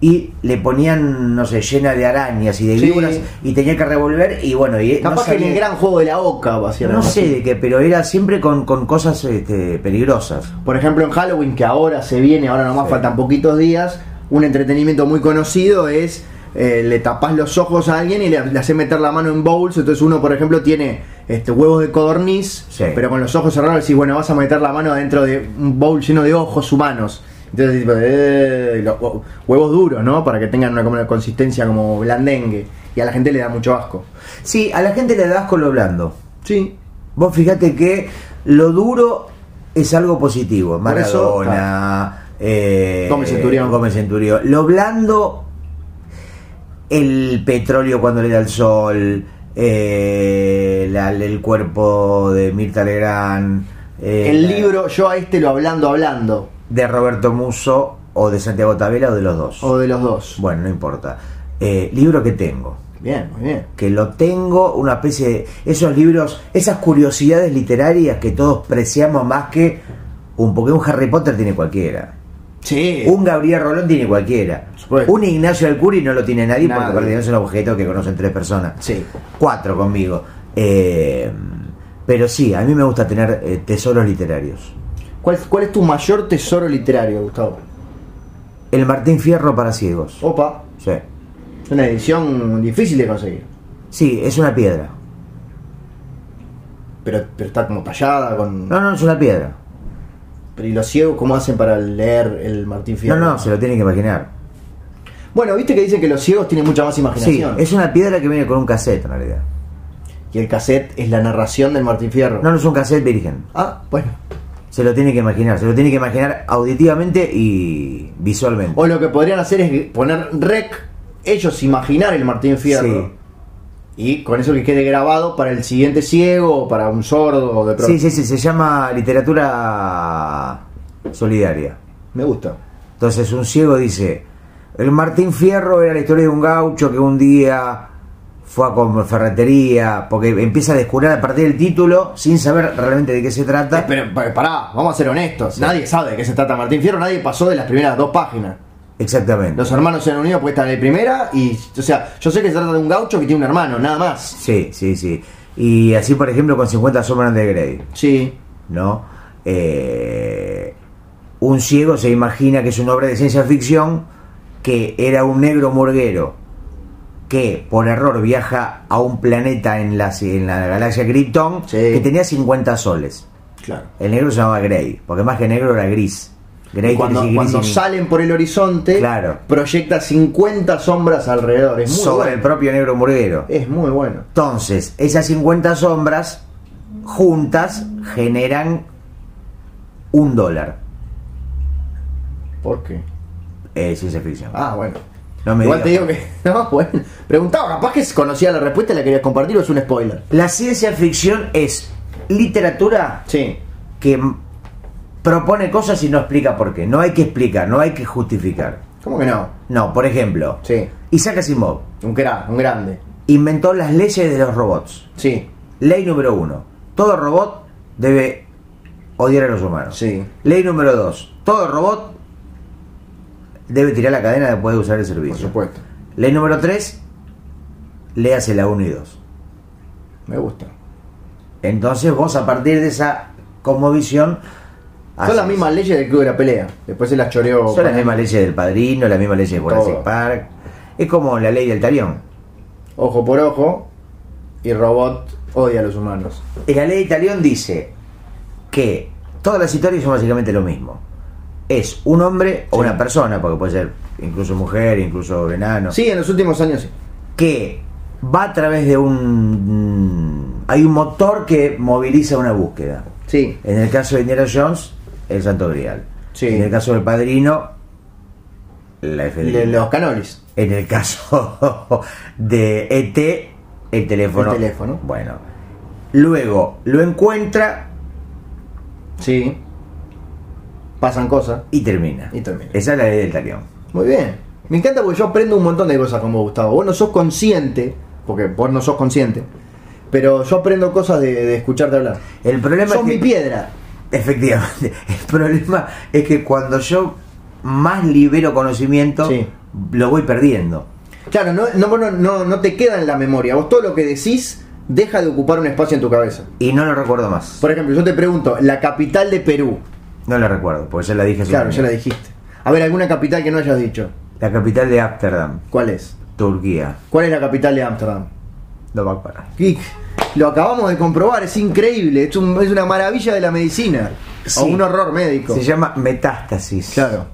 [SPEAKER 2] Y le ponían, no sé, llena de arañas y de
[SPEAKER 1] Sí.
[SPEAKER 2] víboras y tenía que revolver y bueno, y
[SPEAKER 1] Capaz
[SPEAKER 2] no
[SPEAKER 1] que en
[SPEAKER 2] sabía-
[SPEAKER 1] el gran juego de la OCA va a ser
[SPEAKER 2] no
[SPEAKER 1] algo
[SPEAKER 2] sé
[SPEAKER 1] así.
[SPEAKER 2] de qué, pero era siempre con, con cosas este, peligrosas.
[SPEAKER 1] Por ejemplo, en Halloween, que ahora se viene, ahora nomás
[SPEAKER 2] Sí.
[SPEAKER 1] faltan poquitos días, un entretenimiento muy conocido es eh, le tapás los ojos a alguien y le, le haces meter la mano en bowls. Entonces uno, por ejemplo, tiene este, huevos de codorniz,
[SPEAKER 2] Sí.
[SPEAKER 1] pero con los ojos cerrados decís, bueno, vas a meter la mano dentro de un bowl lleno de ojos humanos. Entonces, tipo, eh, los hue- huevos duros, ¿no? Para que tengan una, como una consistencia como blandengue. Y a la gente le da mucho asco.
[SPEAKER 2] Sí, a la gente le das con lo blando.
[SPEAKER 1] Sí.
[SPEAKER 2] Vos fíjate que lo duro es algo positivo.
[SPEAKER 1] Por eso,
[SPEAKER 2] Maradona, eh,
[SPEAKER 1] Gómez Centurión.
[SPEAKER 2] Gómez Centurión. Lo blando, el petróleo cuando le da el sol, eh, la- el cuerpo de Mirta Legrand, eh,
[SPEAKER 1] El libro, yo a este lo hablando, hablando.
[SPEAKER 2] de Roberto Muso o de Santiago Tabela o de los dos.
[SPEAKER 1] O de los dos.
[SPEAKER 2] Bueno, no importa. Eh, libro que tengo.
[SPEAKER 1] Bien, muy bien.
[SPEAKER 2] que lo tengo, una especie de esos libros, esas curiosidades literarias que todos preciamos más que un porque un Harry Potter tiene cualquiera.
[SPEAKER 1] Sí.
[SPEAKER 2] Un Gabriel Rolón tiene cualquiera.
[SPEAKER 1] supuesto.
[SPEAKER 2] Un Ignacio Alcuri no lo tiene nadie
[SPEAKER 1] Nadie.
[SPEAKER 2] porque por definición es un objeto que conocen tres personas.
[SPEAKER 1] Sí.
[SPEAKER 2] Cuatro conmigo. Eh, pero sí, a mí me gusta tener eh, tesoros literarios.
[SPEAKER 1] ¿Cuál, ¿Cuál es tu mayor tesoro literario, Gustavo?
[SPEAKER 2] El Martín Fierro para ciegos.
[SPEAKER 1] Opa.
[SPEAKER 2] Sí.
[SPEAKER 1] Es una edición difícil de conseguir.
[SPEAKER 2] Sí, es una piedra.
[SPEAKER 1] Pero, pero está como tallada con.
[SPEAKER 2] No, no, es una piedra.
[SPEAKER 1] ¿Y los ciegos cómo hacen para leer el Martín
[SPEAKER 2] No,
[SPEAKER 1] Fierro?
[SPEAKER 2] no, se lo tienen que imaginar.
[SPEAKER 1] Bueno, viste que dicen que los ciegos tienen mucha más
[SPEAKER 2] Sí,
[SPEAKER 1] imaginación.
[SPEAKER 2] es una piedra que viene con un cassette en realidad.
[SPEAKER 1] Y el cassette es la narración del Martín Fierro.
[SPEAKER 2] No, no es un cassette virgen.
[SPEAKER 1] Ah, bueno.
[SPEAKER 2] Se lo tiene que imaginar, se lo tiene que imaginar auditivamente y visualmente.
[SPEAKER 1] O lo que podrían hacer es poner rec, ellos imaginar el Martín Fierro.
[SPEAKER 2] Sí.
[SPEAKER 1] Y con eso que quede grabado para el siguiente ciego o para un sordo o de pronto.
[SPEAKER 2] Sí, sí, sí, se llama literatura solidaria.
[SPEAKER 1] Me gusta.
[SPEAKER 2] Entonces un ciego dice, el Martín Fierro era la historia de un gaucho que un día fue a como ferretería, porque empieza a descubrir a partir del título sin saber realmente de qué se trata.
[SPEAKER 1] Eh, Pero pa- pará, vamos a ser honestos. Nadie sabe de qué se trata Martín Fierro, nadie pasó de las primeras dos páginas.
[SPEAKER 2] Exactamente.
[SPEAKER 1] Los hermanos se han unido porque están en la primera y, o sea, yo sé que se trata de un gaucho que tiene un hermano, nada más.
[SPEAKER 2] Sí, sí, sí. Y así, por ejemplo, con 50 sombras de Grey.
[SPEAKER 1] Sí.
[SPEAKER 2] ¿no? Eh, un ciego se imagina que es una obra de ciencia ficción que era un negro murguero que por error viaja a un planeta en la, en la galaxia Krypton
[SPEAKER 1] Sí.
[SPEAKER 2] que tenía 50 soles.
[SPEAKER 1] Claro.
[SPEAKER 2] El negro se llamaba Grey, porque más que negro era gris. Grey
[SPEAKER 1] Y cuando,
[SPEAKER 2] quiere decir gris
[SPEAKER 1] cuando
[SPEAKER 2] y-
[SPEAKER 1] salen por el horizonte,
[SPEAKER 2] Claro.
[SPEAKER 1] proyecta 50 sombras alrededor. Es muy
[SPEAKER 2] sobre el
[SPEAKER 1] bueno.
[SPEAKER 2] propio negro murguero.
[SPEAKER 1] Es muy bueno.
[SPEAKER 2] Entonces, esas 50 sombras juntas generan un dólar.
[SPEAKER 1] ¿Por qué?
[SPEAKER 2] Eh, ciencia ficción.
[SPEAKER 1] Ah, bueno.
[SPEAKER 2] No me
[SPEAKER 1] Igual
[SPEAKER 2] digas.
[SPEAKER 1] te digo que. No, bueno. Preguntaba, capaz que conocía la respuesta y la querías compartir o es un spoiler.
[SPEAKER 2] La ciencia ficción es literatura
[SPEAKER 1] Sí.
[SPEAKER 2] que m- propone cosas y no explica por qué. No hay que explicar, no hay que justificar.
[SPEAKER 1] ¿Cómo que no?
[SPEAKER 2] No, por ejemplo,
[SPEAKER 1] Sí.
[SPEAKER 2] Isaac Asimov
[SPEAKER 1] Un gran, un grande.
[SPEAKER 2] inventó las leyes de los robots.
[SPEAKER 1] Sí.
[SPEAKER 2] Ley número uno, todo robot debe odiar a los humanos.
[SPEAKER 1] Sí.
[SPEAKER 2] Ley número dos, todo robot debe tirar la cadena después de usar el servicio.
[SPEAKER 1] Por supuesto.
[SPEAKER 2] Ley número tres, léase la 1 y 2.
[SPEAKER 1] Me gusta.
[SPEAKER 2] Entonces vos a partir de esa cosmovisión...
[SPEAKER 1] Son
[SPEAKER 2] haces-
[SPEAKER 1] las mismas leyes del club de la pelea. Después se las choreó.
[SPEAKER 2] Ah, Son las mismas leyes del padrino, las mismas leyes de Jurassic
[SPEAKER 1] Todo.
[SPEAKER 2] Park. Es como la ley del talión.
[SPEAKER 1] Ojo por ojo. Y robot odia a los humanos.
[SPEAKER 2] Y la ley del talión dice que todas las historias son básicamente lo mismo. Es un hombre o
[SPEAKER 1] Sí.
[SPEAKER 2] una persona, porque puede ser incluso mujer, incluso enano,
[SPEAKER 1] Sí, en los últimos años sí.
[SPEAKER 2] que va a través de un... Hay un motor que moviliza una búsqueda.
[SPEAKER 1] Sí.
[SPEAKER 2] En el caso de Indiana Jones, el Santo Grial.
[SPEAKER 1] Sí.
[SPEAKER 2] En el caso del Padrino, la FBI.
[SPEAKER 1] Le- Los canolis.
[SPEAKER 2] En el caso de ET, el teléfono.
[SPEAKER 1] El teléfono.
[SPEAKER 2] Bueno. Luego lo encuentra
[SPEAKER 1] Sí. Pasan cosas.
[SPEAKER 2] y termina.
[SPEAKER 1] Y termina.
[SPEAKER 2] Esa es la ley del talión.
[SPEAKER 1] Muy bien. Me encanta porque yo aprendo un montón de cosas con vos, Gustavo. Vos no sos consciente, porque vos no sos consciente, pero yo aprendo cosas de, de escucharte hablar.
[SPEAKER 2] El problema
[SPEAKER 1] Sos
[SPEAKER 2] es que-
[SPEAKER 1] mi piedra.
[SPEAKER 2] Efectivamente. El problema es que cuando yo más libero conocimiento,
[SPEAKER 1] Sí.
[SPEAKER 2] lo voy perdiendo.
[SPEAKER 1] Claro, no, no, vos no, no, no te queda en la memoria. Vos todo lo que decís deja de ocupar un espacio en tu cabeza.
[SPEAKER 2] Y no lo recuerdo más.
[SPEAKER 1] Por ejemplo, yo te pregunto, la capital de Perú.
[SPEAKER 2] No lo recuerdo, porque ya la dije. hace
[SPEAKER 1] Claro,
[SPEAKER 2] un
[SPEAKER 1] ya la
[SPEAKER 2] año.
[SPEAKER 1] dijiste. A ver, alguna capital que no hayas dicho.
[SPEAKER 2] La capital de Ámsterdam,
[SPEAKER 1] ¿Cuál es?
[SPEAKER 2] Turquía.
[SPEAKER 1] ¿Cuál es la capital de Ámsterdam?
[SPEAKER 2] No me acuerdo.
[SPEAKER 1] Geek, Lo acabamos de comprobar, es increíble, es, un- es una maravilla de la medicina. O
[SPEAKER 2] Sí.
[SPEAKER 1] un horror médico.
[SPEAKER 2] Se llama metástasis.
[SPEAKER 1] Claro.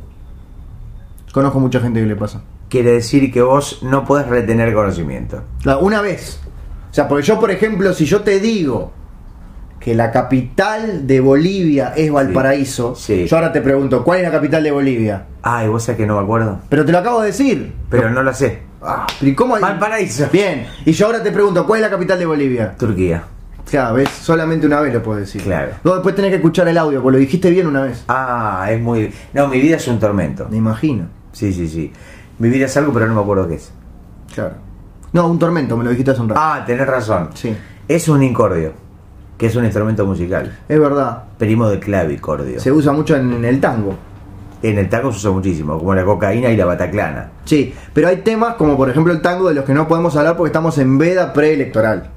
[SPEAKER 1] Conozco mucha gente que le pasa.
[SPEAKER 2] Quiere decir que vos no podés retener conocimiento.
[SPEAKER 1] La- Una vez. O sea, porque yo, por ejemplo, si yo te digo que la capital de Bolivia es Valparaíso,
[SPEAKER 2] Sí.
[SPEAKER 1] yo ahora te pregunto, ¿cuál es la capital de Bolivia?
[SPEAKER 2] Ay, Ah, vos sabés que no me acuerdo.
[SPEAKER 1] Pero te lo acabo de decir.
[SPEAKER 2] Pero no lo sé.
[SPEAKER 1] Ah, pero ¿y cómo?
[SPEAKER 2] Valparaíso.
[SPEAKER 1] Bien. Y yo ahora te pregunto, ¿cuál es la capital de Bolivia?
[SPEAKER 2] Turquía.
[SPEAKER 1] O sea, ves, solamente una vez lo puedo decir.
[SPEAKER 2] Claro.
[SPEAKER 1] Vos después tenés que escuchar el audio, porque lo dijiste bien una vez.
[SPEAKER 2] Ah, es muy... No, mi vida es un tormento.
[SPEAKER 1] Me imagino.
[SPEAKER 2] Sí, sí, sí. Mi vida es algo, pero no me acuerdo qué es.
[SPEAKER 1] Claro. No, un tormento, me lo dijiste hace un rato.
[SPEAKER 2] Ah, tenés razón.
[SPEAKER 1] Sí.
[SPEAKER 2] Es un incordio, que es un instrumento musical.
[SPEAKER 1] Es verdad.
[SPEAKER 2] Primo de clavicordio.
[SPEAKER 1] Se usa mucho en, en el tango.
[SPEAKER 2] En el taco se usa muchísimo, como la cocaína y la bataclana.
[SPEAKER 1] Sí, pero hay temas como por ejemplo el tango de los que no podemos hablar porque estamos en veda preelectoral.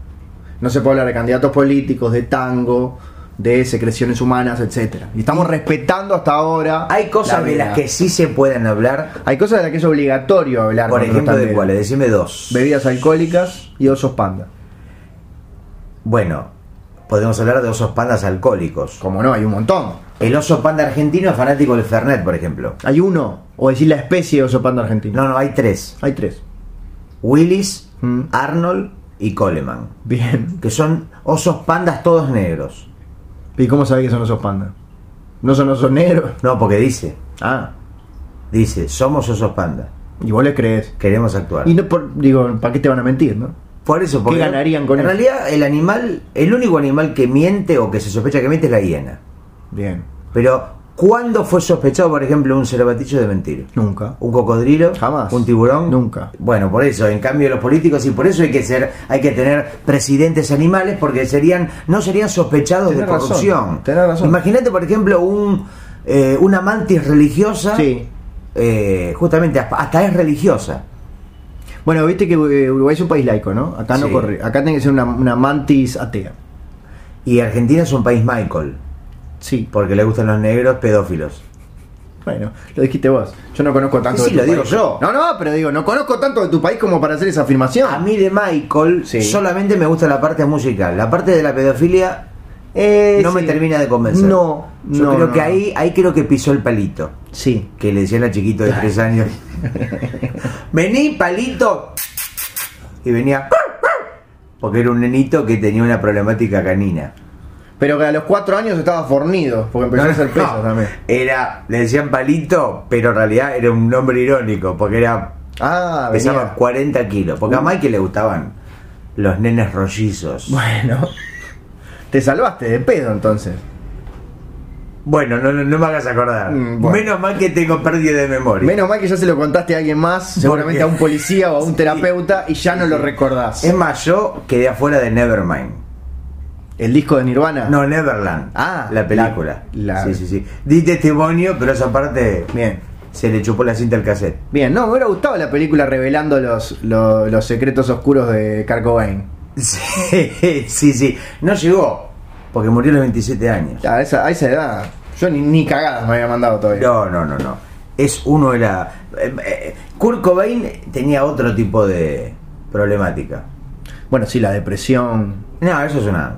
[SPEAKER 1] No se puede hablar de candidatos políticos, de tango, de secreciones humanas, etcétera. Y estamos respetando hasta ahora.
[SPEAKER 2] Hay cosas
[SPEAKER 1] la
[SPEAKER 2] de
[SPEAKER 1] veda.
[SPEAKER 2] las que sí se pueden hablar.
[SPEAKER 1] hay cosas de las que es obligatorio hablar.
[SPEAKER 2] Por
[SPEAKER 1] cuando
[SPEAKER 2] ejemplo,
[SPEAKER 1] están
[SPEAKER 2] ¿de
[SPEAKER 1] veda.
[SPEAKER 2] cuáles? Decime dos.
[SPEAKER 1] Bebidas alcohólicas y osos panda.
[SPEAKER 2] Bueno, podemos hablar de osos pandas alcohólicos.
[SPEAKER 1] Como no, hay un montón.
[SPEAKER 2] El oso panda argentino es fanático del Fernet, por ejemplo.
[SPEAKER 1] Hay uno, o decir la especie de oso panda argentino.
[SPEAKER 2] No, no, hay tres.
[SPEAKER 1] Hay tres.
[SPEAKER 2] Willis,
[SPEAKER 1] Mm.
[SPEAKER 2] Arnold y Coleman.
[SPEAKER 1] Bien.
[SPEAKER 2] Que son osos pandas todos negros.
[SPEAKER 1] ¿Y cómo sabés que son osos panda? No son osos negros.
[SPEAKER 2] No, porque dice,
[SPEAKER 1] Ah,
[SPEAKER 2] dice, somos osos pandas.
[SPEAKER 1] y vos le crees.
[SPEAKER 2] Queremos actuar.
[SPEAKER 1] Y no por, digo, ¿para qué te van a mentir, no?
[SPEAKER 2] Por eso, porque
[SPEAKER 1] ganarían con
[SPEAKER 2] en
[SPEAKER 1] eso?
[SPEAKER 2] realidad el animal, el único animal que miente o que se sospecha que miente es la hiena.
[SPEAKER 1] Bien.
[SPEAKER 2] Pero ¿cuándo fue sospechado, por ejemplo, un cervatillo de mentir?
[SPEAKER 1] Nunca.
[SPEAKER 2] ¿Un cocodrilo?
[SPEAKER 1] Jamás.
[SPEAKER 2] ¿Un tiburón?
[SPEAKER 1] Nunca.
[SPEAKER 2] Bueno, por eso, en cambio los políticos y por eso hay que ser, hay que tener presidentes animales porque serían, no serían sospechados
[SPEAKER 1] Tenés
[SPEAKER 2] de
[SPEAKER 1] razón,
[SPEAKER 2] corrupción.
[SPEAKER 1] tenés razón.
[SPEAKER 2] Imagínate, por ejemplo, un eh, una mantis religiosa.
[SPEAKER 1] Sí.
[SPEAKER 2] eh, justamente hasta es religiosa.
[SPEAKER 1] Bueno, viste que eh, Uruguay es un país laico, ¿no? Acá no
[SPEAKER 2] Sí.
[SPEAKER 1] corre. Acá tiene que ser una, una mantis atea.
[SPEAKER 2] Y Argentina es un país Michael.
[SPEAKER 1] Sí.
[SPEAKER 2] Porque le gustan los negros pedófilos.
[SPEAKER 1] Bueno, lo dijiste vos. Yo no conozco tanto
[SPEAKER 2] Sí,
[SPEAKER 1] de tu
[SPEAKER 2] sí, lo
[SPEAKER 1] país.
[SPEAKER 2] digo yo.
[SPEAKER 1] No, no, pero digo, no conozco tanto de tu país como para hacer esa afirmación.
[SPEAKER 2] A mí de Michael
[SPEAKER 1] Sí.
[SPEAKER 2] solamente me gusta la parte musical. La parte de la pedofilia
[SPEAKER 1] Eh,
[SPEAKER 2] no me
[SPEAKER 1] sí.
[SPEAKER 2] termina de convencer.
[SPEAKER 1] No,
[SPEAKER 2] Yo
[SPEAKER 1] no,
[SPEAKER 2] creo
[SPEAKER 1] no,
[SPEAKER 2] que
[SPEAKER 1] no.
[SPEAKER 2] ahí, ahí creo que pisó el palito.
[SPEAKER 1] Sí.
[SPEAKER 2] Que le decía a la chiquito de tres años. Vení, palito. Y venía. Porque era un nenito que tenía una problemática canina.
[SPEAKER 1] Pero que a los cuatro años estaba fornido, porque empezó a hacer peso
[SPEAKER 2] No,
[SPEAKER 1] también.
[SPEAKER 2] Era, le decían palito, pero en realidad era un nombre irónico, porque era
[SPEAKER 1] Ah,
[SPEAKER 2] pesaba
[SPEAKER 1] venía. Uh.
[SPEAKER 2] 40 kilos. Porque a Michael le gustaban los nenes rollizos.
[SPEAKER 1] Bueno. Te salvaste de pedo entonces.
[SPEAKER 2] Bueno, no, no, no me hagas acordar.
[SPEAKER 1] Mm, bueno.
[SPEAKER 2] Menos mal que tengo pérdida de memoria.
[SPEAKER 1] Menos mal que ya se lo contaste a alguien más, seguramente
[SPEAKER 2] qué?
[SPEAKER 1] a un policía o a un
[SPEAKER 2] Sí. Em-
[SPEAKER 1] terapeuta, y ya no lo recordás.
[SPEAKER 2] Es más, yo quedé afuera de Nevermind.
[SPEAKER 1] ¿El disco de Nirvana?
[SPEAKER 2] No, Neverland.
[SPEAKER 1] Ah,
[SPEAKER 2] la película.
[SPEAKER 1] la- la-
[SPEAKER 2] Sí, sí, sí. Di testimonio, pero esa parte
[SPEAKER 1] Bien.
[SPEAKER 2] se le chupó la cinta al cassette.
[SPEAKER 1] Bien, no, me hubiera gustado la película revelando los, lo- los, secretos oscuros de Kurt Cobain.
[SPEAKER 2] Sí, sí, sí. No llegó, porque murió a los 27 años.
[SPEAKER 1] A esa, a esa edad, yo ni, ni cagadas me había mandado todavía.
[SPEAKER 2] No, no, no, no. Es uno de la. eh, eh, Kurt Cobain tenía otro tipo de problemática.
[SPEAKER 1] Bueno, sí, la depresión.
[SPEAKER 2] No, eso es una.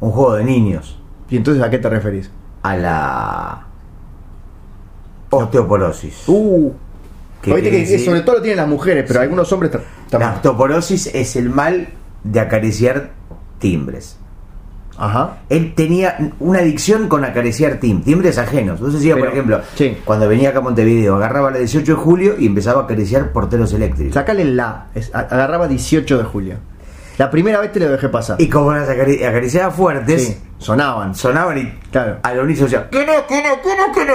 [SPEAKER 2] Un juego de niños.
[SPEAKER 1] ¿Y entonces a qué te referís?
[SPEAKER 2] a la osteoporosis.
[SPEAKER 1] Uh,
[SPEAKER 2] ¿Qué
[SPEAKER 1] viste
[SPEAKER 2] quiere
[SPEAKER 1] que
[SPEAKER 2] decir?
[SPEAKER 1] sobre todo lo tienen las mujeres, pero algunos hombres ta-
[SPEAKER 2] La
[SPEAKER 1] también.
[SPEAKER 2] osteoporosis es el mal de acariciar timbres.
[SPEAKER 1] Ajá.
[SPEAKER 2] Él tenía una adicción con acariciar tim- timbres ajenos. Entonces, decía, por
[SPEAKER 1] Pero-
[SPEAKER 2] ejemplo,
[SPEAKER 1] sí.
[SPEAKER 2] cuando venía acá a Montevideo, agarraba la 18 de julio y empezaba a acariciar porteros eléctricos.
[SPEAKER 1] Sácale la. es- a- agarraba 18 de julio. La primera vez te lo dejé pasar.
[SPEAKER 2] Y como las acari- acariciaba fuertes,
[SPEAKER 1] Sí, sonaban.
[SPEAKER 2] sonaban y
[SPEAKER 1] Claro.
[SPEAKER 2] al unísono decía, ¿qué no, qué no, qué no, qué no?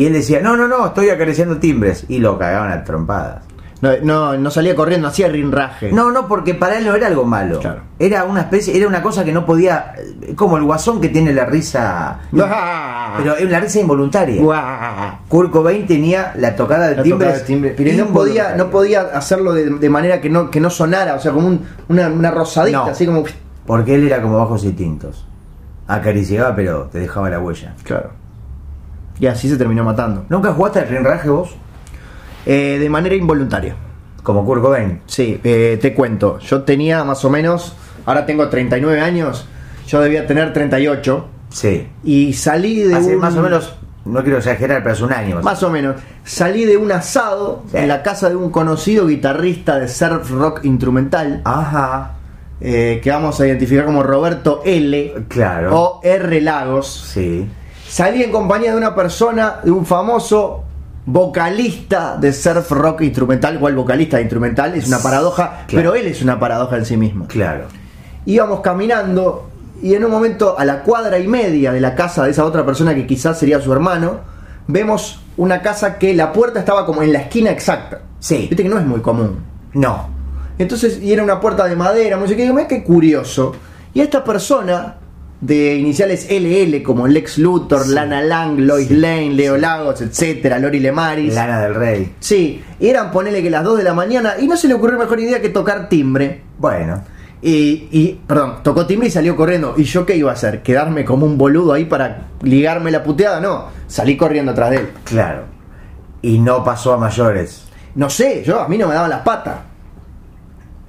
[SPEAKER 2] Y él decía, no, no, no, estoy acariciando timbres. Y lo cagaban a trompadas.
[SPEAKER 1] No, no, no salía corriendo, hacía rinraje.
[SPEAKER 2] No, no, porque para él no era algo malo.
[SPEAKER 1] Claro.
[SPEAKER 2] Era una especie, era una cosa que no podía, eh, como el guasón que tiene la risa,
[SPEAKER 1] Guau.
[SPEAKER 2] pero es una risa involuntaria.
[SPEAKER 1] Guau.
[SPEAKER 2] Kurt Cobain tenía la tocada de
[SPEAKER 1] La
[SPEAKER 2] timbres,
[SPEAKER 1] tocaba de timbre. Pero no podía,
[SPEAKER 2] involuntaria.
[SPEAKER 1] no podía hacerlo de, de manera que no, que no sonara, o sea, como un- una, una rosadita,
[SPEAKER 2] No.
[SPEAKER 1] así como.
[SPEAKER 2] porque él era como bajos y tintos. Acariciaba, pero te dejaba la huella.
[SPEAKER 1] Claro. Y así se terminó matando.
[SPEAKER 2] ¿Nunca jugaste al rinraje vos?
[SPEAKER 1] Eh, de manera involuntaria.
[SPEAKER 2] Como Kurt Cobain.
[SPEAKER 1] Sí, eh, te cuento. Yo tenía más o menos. Ahora tengo 39 años. Yo debía tener 38.
[SPEAKER 2] Sí.
[SPEAKER 1] Y salí de
[SPEAKER 2] Hace
[SPEAKER 1] un-
[SPEAKER 2] más o menos no quiero exagerar, pero hace un año.
[SPEAKER 1] Más o menos. Salí de un asado
[SPEAKER 2] Sí.
[SPEAKER 1] en la casa de un conocido guitarrista de surf rock instrumental,
[SPEAKER 2] Ajá.
[SPEAKER 1] eh, que vamos a identificar como Roberto L.
[SPEAKER 2] Claro.
[SPEAKER 1] O R. Lagos.
[SPEAKER 2] Sí.
[SPEAKER 1] Salí en compañía de una persona, de un famoso vocalista de surf rock e instrumental, cual vocalista de instrumental, es una paradoja,
[SPEAKER 2] Claro.
[SPEAKER 1] pero él es una paradoja en sí mismo.
[SPEAKER 2] Claro.
[SPEAKER 1] íbamos caminando y en un momento a la cuadra y media de la casa de esa otra persona que quizás sería su hermano, vemos una casa que la puerta estaba como en la esquina exacta.
[SPEAKER 2] Sí.
[SPEAKER 1] Viste que no es muy común.
[SPEAKER 2] No.
[SPEAKER 1] Entonces, y era una puerta de madera, no sé qué, digo, "Mirá qué curioso. Y esta persona de iniciales LL como Lex Luthor,
[SPEAKER 2] Sí.
[SPEAKER 1] Lana Lang, Lois
[SPEAKER 2] Sí.
[SPEAKER 1] Lane, Leo Lagos, etcétera, Lori Lemaris.
[SPEAKER 2] Lana del Rey.
[SPEAKER 1] Sí, eran ponele que las 2 de la mañana y no se le ocurrió mejor idea que tocar timbre.
[SPEAKER 2] Bueno.
[SPEAKER 1] Y, y, perdón, tocó timbre y salió corriendo. ¿Y yo qué iba a hacer? ¿Quedarme como un boludo ahí para ligarme la puteada? No, salí corriendo atrás de él.
[SPEAKER 2] Claro. Y no pasó a mayores.
[SPEAKER 1] No sé, yo a mí no me daban las patas.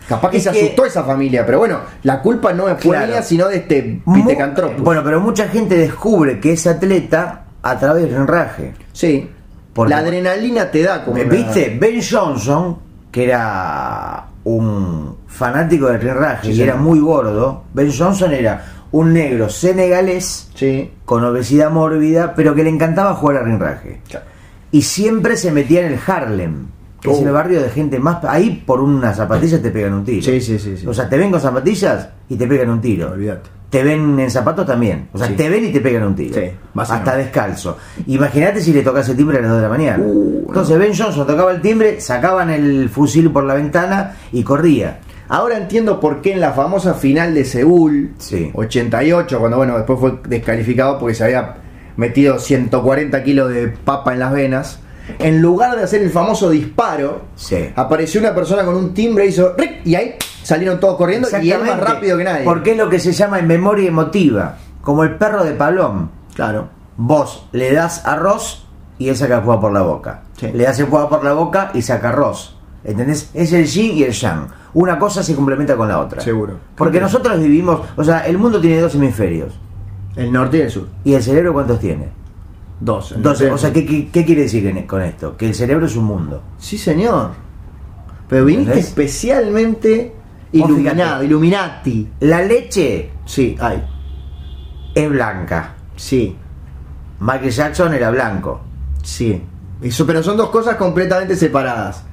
[SPEAKER 1] Capaz que
[SPEAKER 2] Es
[SPEAKER 1] se
[SPEAKER 2] que-
[SPEAKER 1] asustó esa familia, pero bueno, la culpa no es
[SPEAKER 2] Claro.
[SPEAKER 1] mía, sino de este
[SPEAKER 2] Mu-
[SPEAKER 1] pitecantropus.
[SPEAKER 2] Bueno, pero mucha gente descubre que es atleta a través del enraje.
[SPEAKER 1] sí.
[SPEAKER 2] Porque-
[SPEAKER 1] la adrenalina te da como. una-
[SPEAKER 2] Eh, ¿Viste? Ben Johnson, que era un fanático del enraje
[SPEAKER 1] Sí,
[SPEAKER 2] y
[SPEAKER 1] señor.
[SPEAKER 2] era muy gordo, Ben Johnson era un negro senegalés
[SPEAKER 1] Sí.
[SPEAKER 2] con obesidad mórbida, pero que le encantaba jugar al rinraje. Y siempre se metía en el Harlem, que es
[SPEAKER 1] Oh.
[SPEAKER 2] el barrio de gente más... Ahí por unas zapatillas te pegan un tiro.
[SPEAKER 1] Sí, sí, sí, sí.
[SPEAKER 2] O sea, te ven con zapatillas y te pegan un tiro.
[SPEAKER 1] Olvídate.
[SPEAKER 2] Te ven en zapatos también. O sea,
[SPEAKER 1] Sí.
[SPEAKER 2] te ven y te pegan un tiro.
[SPEAKER 1] Sí, básicamente.
[SPEAKER 2] Hasta descalzo. Imagínate si le tocase el timbre a las 2 de la mañana.
[SPEAKER 1] Uh, no.
[SPEAKER 2] Entonces Ben Johnson tocaba el timbre, sacaban el fusil por la ventana y corría.
[SPEAKER 1] Ahora entiendo por qué en la famosa final de Seúl,
[SPEAKER 2] Sí.
[SPEAKER 1] 88, cuando bueno, después fue descalificado porque se había metido 140 kilos de papa en las venas, en lugar de hacer el famoso disparo,
[SPEAKER 2] Sí.
[SPEAKER 1] apareció una persona con un timbre, hizo "ric", y ahí salieron todos corriendo y él más
[SPEAKER 2] Exactamente.
[SPEAKER 1] rápido que nadie.
[SPEAKER 2] Porque es lo que se llama en memoria emotiva, como el perro de Palom.
[SPEAKER 1] Claro.
[SPEAKER 2] Vos le das arroz y él saca el fuego por la boca.
[SPEAKER 1] Sí.
[SPEAKER 2] Le das el fuego por la boca y saca arroz. ¿Entendés? Es el yin y el yang. Una cosa se complementa con la otra.
[SPEAKER 1] Seguro.
[SPEAKER 2] Porque nosotros vivimos, o sea, el mundo tiene dos hemisferios.
[SPEAKER 1] El norte y el sur.
[SPEAKER 2] ¿Y el cerebro cuántos tiene?
[SPEAKER 1] Dos. el norte y
[SPEAKER 2] Entonces,
[SPEAKER 1] el
[SPEAKER 2] o sea,
[SPEAKER 1] sur.
[SPEAKER 2] ¿qué, qué, qué quiere decir en- con esto? Que el cerebro es un mundo.
[SPEAKER 1] Sí, señor. Pero viniste
[SPEAKER 2] ¿Entendés?
[SPEAKER 1] especialmente
[SPEAKER 2] Vos
[SPEAKER 1] iluminado,
[SPEAKER 2] fíjate.
[SPEAKER 1] Illuminati.
[SPEAKER 2] La leche
[SPEAKER 1] Sí, ay.
[SPEAKER 2] es blanca.
[SPEAKER 1] Sí.
[SPEAKER 2] Michael Jackson era blanco.
[SPEAKER 1] Sí. Eso, pero son dos cosas completamente separadas.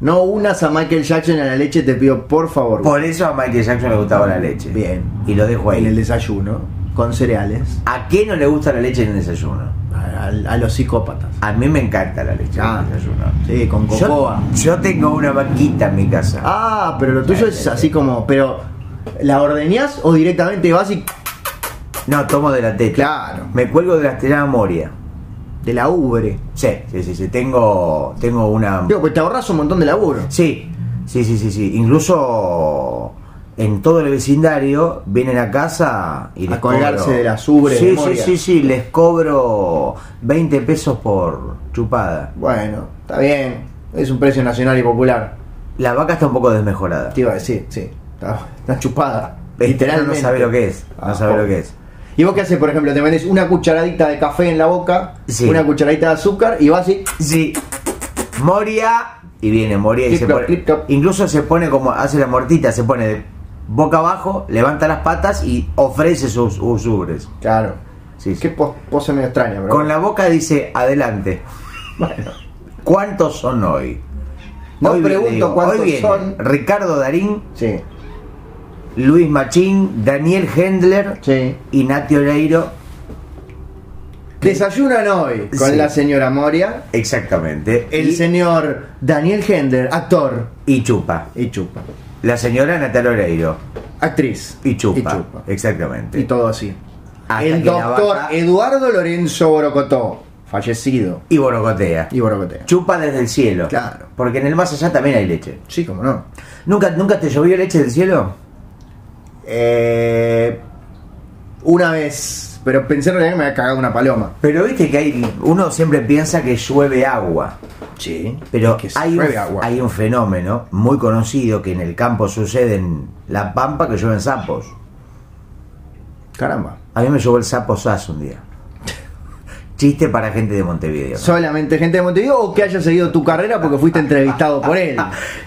[SPEAKER 1] No unas a Michael Jackson y a la leche, te pido por favor.
[SPEAKER 2] Por eso a Michael Jackson le gustaba la leche.
[SPEAKER 1] Bien.
[SPEAKER 2] Y lo dejo
[SPEAKER 1] en el
[SPEAKER 2] ahí.
[SPEAKER 1] desayuno, con cereales,
[SPEAKER 2] ¿A qué no le gusta la leche en el desayuno?
[SPEAKER 1] a, a- a los psicópatas.
[SPEAKER 2] A mí me encanta la leche
[SPEAKER 1] Ah.
[SPEAKER 2] en el desayuno.
[SPEAKER 1] Sí, con cocoa.
[SPEAKER 2] Yo, yo tengo una vaquita en mi casa.
[SPEAKER 1] Ah, pero lo tuyo es así como, pero ¿la ordeñás o directamente vas y
[SPEAKER 2] No, tomo de la teta.
[SPEAKER 1] Claro.
[SPEAKER 2] Me cuelgo de la estelada moria.
[SPEAKER 1] de la ubre?
[SPEAKER 2] Sí, sí, sí, sí. Tengo, tengo una...
[SPEAKER 1] Digo, pues te ahorras un montón de laburo.
[SPEAKER 2] Sí, sí, sí, sí, sí. Incluso en todo el vecindario vienen a casa y
[SPEAKER 1] A
[SPEAKER 2] les
[SPEAKER 1] colgarse
[SPEAKER 2] cobro-
[SPEAKER 1] de las ubres de
[SPEAKER 2] Sí, sí,
[SPEAKER 1] Moria.
[SPEAKER 2] sí, sí. Les cobro 20 pesos por chupada.
[SPEAKER 1] Bueno, está bien. Es un precio nacional y popular.
[SPEAKER 2] La vaca está un poco desmejorada.
[SPEAKER 1] Te iba a decir, sí. Está, está chupada.
[SPEAKER 2] Literalmente. No sabe lo que es.
[SPEAKER 1] Ah,
[SPEAKER 2] No sabe lo
[SPEAKER 1] pobre.
[SPEAKER 2] que es.
[SPEAKER 1] ¿Y vos qué haces, por ejemplo? Te metes una cucharadita de café en la boca,
[SPEAKER 2] Sí.
[SPEAKER 1] una cucharadita de azúcar y vas y.
[SPEAKER 2] Sí. Moria. Y viene Moria y
[SPEAKER 1] Clip
[SPEAKER 2] se
[SPEAKER 1] clop,
[SPEAKER 2] pone.
[SPEAKER 1] clip clop.
[SPEAKER 2] Incluso se pone como hace la mortita, se pone de boca abajo, levanta las patas y ofrece sus usubres.
[SPEAKER 1] Claro.
[SPEAKER 2] Sí, sí.
[SPEAKER 1] Qué po- pose medio extraña, pero.
[SPEAKER 2] Con la boca dice adelante.
[SPEAKER 1] bueno.
[SPEAKER 2] ¿Cuántos son hoy?
[SPEAKER 1] No
[SPEAKER 2] Hoy vi-
[SPEAKER 1] pregunto
[SPEAKER 2] le digo,
[SPEAKER 1] cuántos
[SPEAKER 2] hoy viene
[SPEAKER 1] son.
[SPEAKER 2] Ricardo Darín,
[SPEAKER 1] Sí,
[SPEAKER 2] Luis Machín, Daniel Hendler
[SPEAKER 1] sí.
[SPEAKER 2] y Nati Oreiro.
[SPEAKER 1] Desayunan hoy con
[SPEAKER 2] Sí.
[SPEAKER 1] la señora Moria,
[SPEAKER 2] Exactamente.
[SPEAKER 1] el
[SPEAKER 2] y,
[SPEAKER 1] señor Daniel Hender, actor
[SPEAKER 2] y Chupa.
[SPEAKER 1] y chupa.
[SPEAKER 2] La señora Natalia Oreiro.
[SPEAKER 1] Actriz
[SPEAKER 2] Y Chupa.
[SPEAKER 1] Y, chupa.
[SPEAKER 2] Exactamente.
[SPEAKER 1] Y todo así.
[SPEAKER 2] Hasta
[SPEAKER 1] el
[SPEAKER 2] que la
[SPEAKER 1] doctor
[SPEAKER 2] vaca-
[SPEAKER 1] Eduardo Lorenzo Borocotó, fallecido.
[SPEAKER 2] Y Borocotea.
[SPEAKER 1] Y Borocoteo.
[SPEAKER 2] Chupa desde el cielo.
[SPEAKER 1] Claro.
[SPEAKER 2] Porque en el más allá también hay leche.
[SPEAKER 1] Sí, cómo no.
[SPEAKER 2] ¿Nunca, nunca te llovió leche del cielo?
[SPEAKER 1] Eh, una vez, pero pensé en realidad que me había cagado una paloma.
[SPEAKER 2] Pero viste que hay. Uno siempre piensa que llueve agua.
[SPEAKER 1] Sí,
[SPEAKER 2] Pero
[SPEAKER 1] que
[SPEAKER 2] hay, un,
[SPEAKER 1] llueve agua.
[SPEAKER 2] hay un fenómeno muy conocido que en el campo sucede en La Pampa que llueven sapos.
[SPEAKER 1] Caramba.
[SPEAKER 2] A mí me llevó el sapo sas un día. chiste para gente de Montevideo. ¿no?
[SPEAKER 1] Solamente gente de Montevideo o que haya seguido tu carrera porque fuiste entrevistado por él.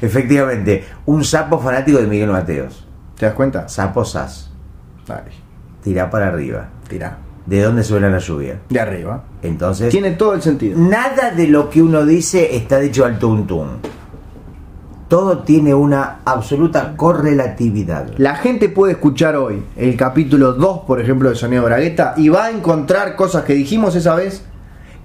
[SPEAKER 2] Efectivamente, un sapo fanático de Miguel Mateos.
[SPEAKER 1] ¿Te das cuenta?
[SPEAKER 2] Sapo sas.
[SPEAKER 1] Ay,
[SPEAKER 2] Tirá para arriba.
[SPEAKER 1] tirá.
[SPEAKER 2] ¿De dónde suena la lluvia?
[SPEAKER 1] De arriba.
[SPEAKER 2] Entonces,
[SPEAKER 1] Tiene todo el sentido.
[SPEAKER 2] nada de lo que uno dice está dicho al tuntún. Todo tiene una absoluta correlatividad.
[SPEAKER 1] La gente puede escuchar hoy el capítulo 2, por ejemplo, de Sonido Bragueta y va a encontrar cosas que dijimos esa vez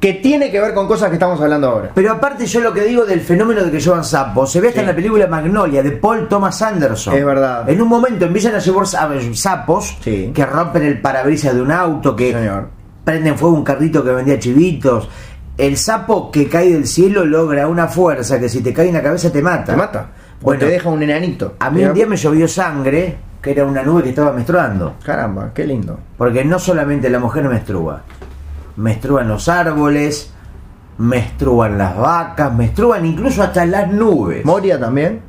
[SPEAKER 1] que tiene que ver con cosas que estamos hablando ahora.
[SPEAKER 2] Pero aparte yo lo que digo del fenómeno de que llevan sapos, se ve hasta
[SPEAKER 1] Sí.
[SPEAKER 2] en la película Magnolia de Paul Thomas Anderson.
[SPEAKER 1] Es verdad.
[SPEAKER 2] En un momento empiezan a llevar sa- sapos
[SPEAKER 1] Sí.
[SPEAKER 2] que rompen el parabrisas de un auto, que
[SPEAKER 1] Señor.
[SPEAKER 2] prenden fuego un carrito que vendía chivitos. El sapo que cae del cielo logra una fuerza que si te cae en la cabeza te mata.
[SPEAKER 1] Te mata.
[SPEAKER 2] Bueno.
[SPEAKER 1] o te deja un enanito.
[SPEAKER 2] A mí un día me llovió sangre, que era una nube que estaba menstruando.
[SPEAKER 1] Caramba, qué lindo.
[SPEAKER 2] Porque no solamente la mujer menstrua, menstruan los árboles, menstruan las vacas, menstruan incluso hasta las nubes.
[SPEAKER 1] Moria también.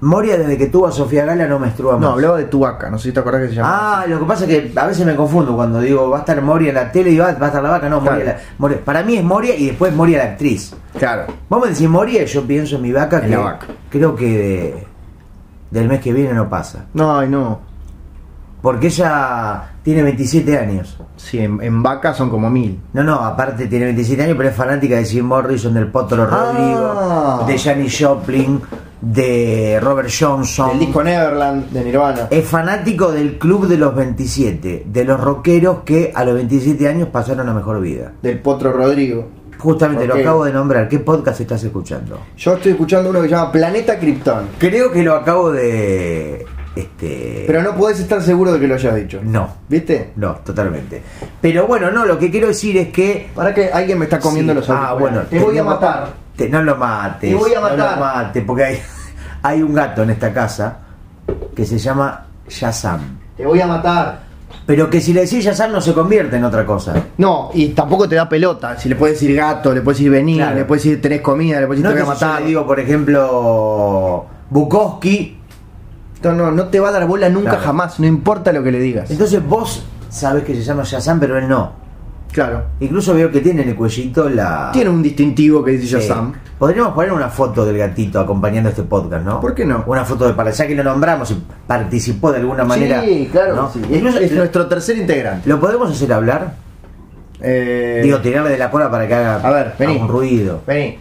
[SPEAKER 2] Moria desde que tuvo a Sofía Gala no menstrua más.
[SPEAKER 1] No, hablaba de tu vaca, no sé si te acordás que se llama.
[SPEAKER 2] Ah, lo que pasa es que a veces me confundo cuando digo va a estar Moria en la tele y va, va a estar la vaca, no, Moria,
[SPEAKER 1] Claro.
[SPEAKER 2] la- Moria- Para mí es Moria y después Moria la actriz.
[SPEAKER 1] Claro.
[SPEAKER 2] Vos me decís Moria y yo pienso en mi vaca
[SPEAKER 1] En
[SPEAKER 2] que
[SPEAKER 1] la vaca.
[SPEAKER 2] creo que de- del mes que viene no pasa.
[SPEAKER 1] No, ay, no.
[SPEAKER 2] Porque ella tiene 27 años.
[SPEAKER 1] Sí, en, en vaca son como mil.
[SPEAKER 2] No, no, aparte tiene 27 años, pero es fanática de Jim Morrison, del Potro
[SPEAKER 1] Ah.
[SPEAKER 2] Rodrigo, de Janis Joplin, de Robert Johnson.
[SPEAKER 1] El disco Neverland de Nirvana.
[SPEAKER 2] Es fanático del Club de los 27, de los rockeros que a los 27 años pasaron la mejor vida.
[SPEAKER 1] Del Potro Rodrigo.
[SPEAKER 2] Justamente
[SPEAKER 1] Ok.
[SPEAKER 2] lo acabo de nombrar. ¿Qué podcast estás escuchando?
[SPEAKER 1] Yo estoy escuchando uno que se llama Planeta Krypton.
[SPEAKER 2] Creo que lo acabo de. Este.
[SPEAKER 1] Pero no podés estar seguro de que lo hayas dicho.
[SPEAKER 2] No,
[SPEAKER 1] ¿Viste?
[SPEAKER 2] no, totalmente. Pero bueno, no, lo que quiero decir es que.
[SPEAKER 1] Para que alguien me está comiendo
[SPEAKER 2] Sí.
[SPEAKER 1] los
[SPEAKER 2] Ah, bueno,
[SPEAKER 1] Te voy a
[SPEAKER 2] tenemos-
[SPEAKER 1] matar.
[SPEAKER 2] Te- no lo mates.
[SPEAKER 1] Te voy a
[SPEAKER 2] No
[SPEAKER 1] matar.
[SPEAKER 2] lo mates, porque hay, hay un gato en esta casa que se llama Yazam.
[SPEAKER 1] Te voy a matar.
[SPEAKER 2] Pero que si le decís Yazam no se convierte en otra cosa.
[SPEAKER 1] No, y tampoco te da pelota. Si le puedes decir gato, le puedes decir venir,
[SPEAKER 2] Claro.
[SPEAKER 1] le puedes decir tenés comida, le puedes
[SPEAKER 2] No
[SPEAKER 1] decir
[SPEAKER 2] es
[SPEAKER 1] te voy
[SPEAKER 2] que
[SPEAKER 1] a
[SPEAKER 2] si yo
[SPEAKER 1] matar.
[SPEAKER 2] le digo, por ejemplo, Bukowski.
[SPEAKER 1] No, no, no te va a dar bola nunca
[SPEAKER 2] Claro.
[SPEAKER 1] jamás, no importa lo que le digas.
[SPEAKER 2] Entonces vos sabés que se llama Yazam, pero él no.
[SPEAKER 1] Claro.
[SPEAKER 2] Incluso veo que tiene en el cuellito la...
[SPEAKER 1] Ah. Tiene un distintivo que dice
[SPEAKER 2] Sí.
[SPEAKER 1] Shazam.
[SPEAKER 2] Podríamos poner una foto del gatito acompañando este podcast, ¿no?
[SPEAKER 1] ¿Por qué no?
[SPEAKER 2] Una foto de para ya que lo nombramos y participó de alguna manera. ¿no?
[SPEAKER 1] que sí. Es,
[SPEAKER 2] Incluso-
[SPEAKER 1] es nuestro tercer integrante.
[SPEAKER 2] ¿Lo podemos hacer hablar?
[SPEAKER 1] Eh,
[SPEAKER 2] Digo, tirarle de la cola para que haga
[SPEAKER 1] a ver, vení.
[SPEAKER 2] un ruido.
[SPEAKER 1] Vení.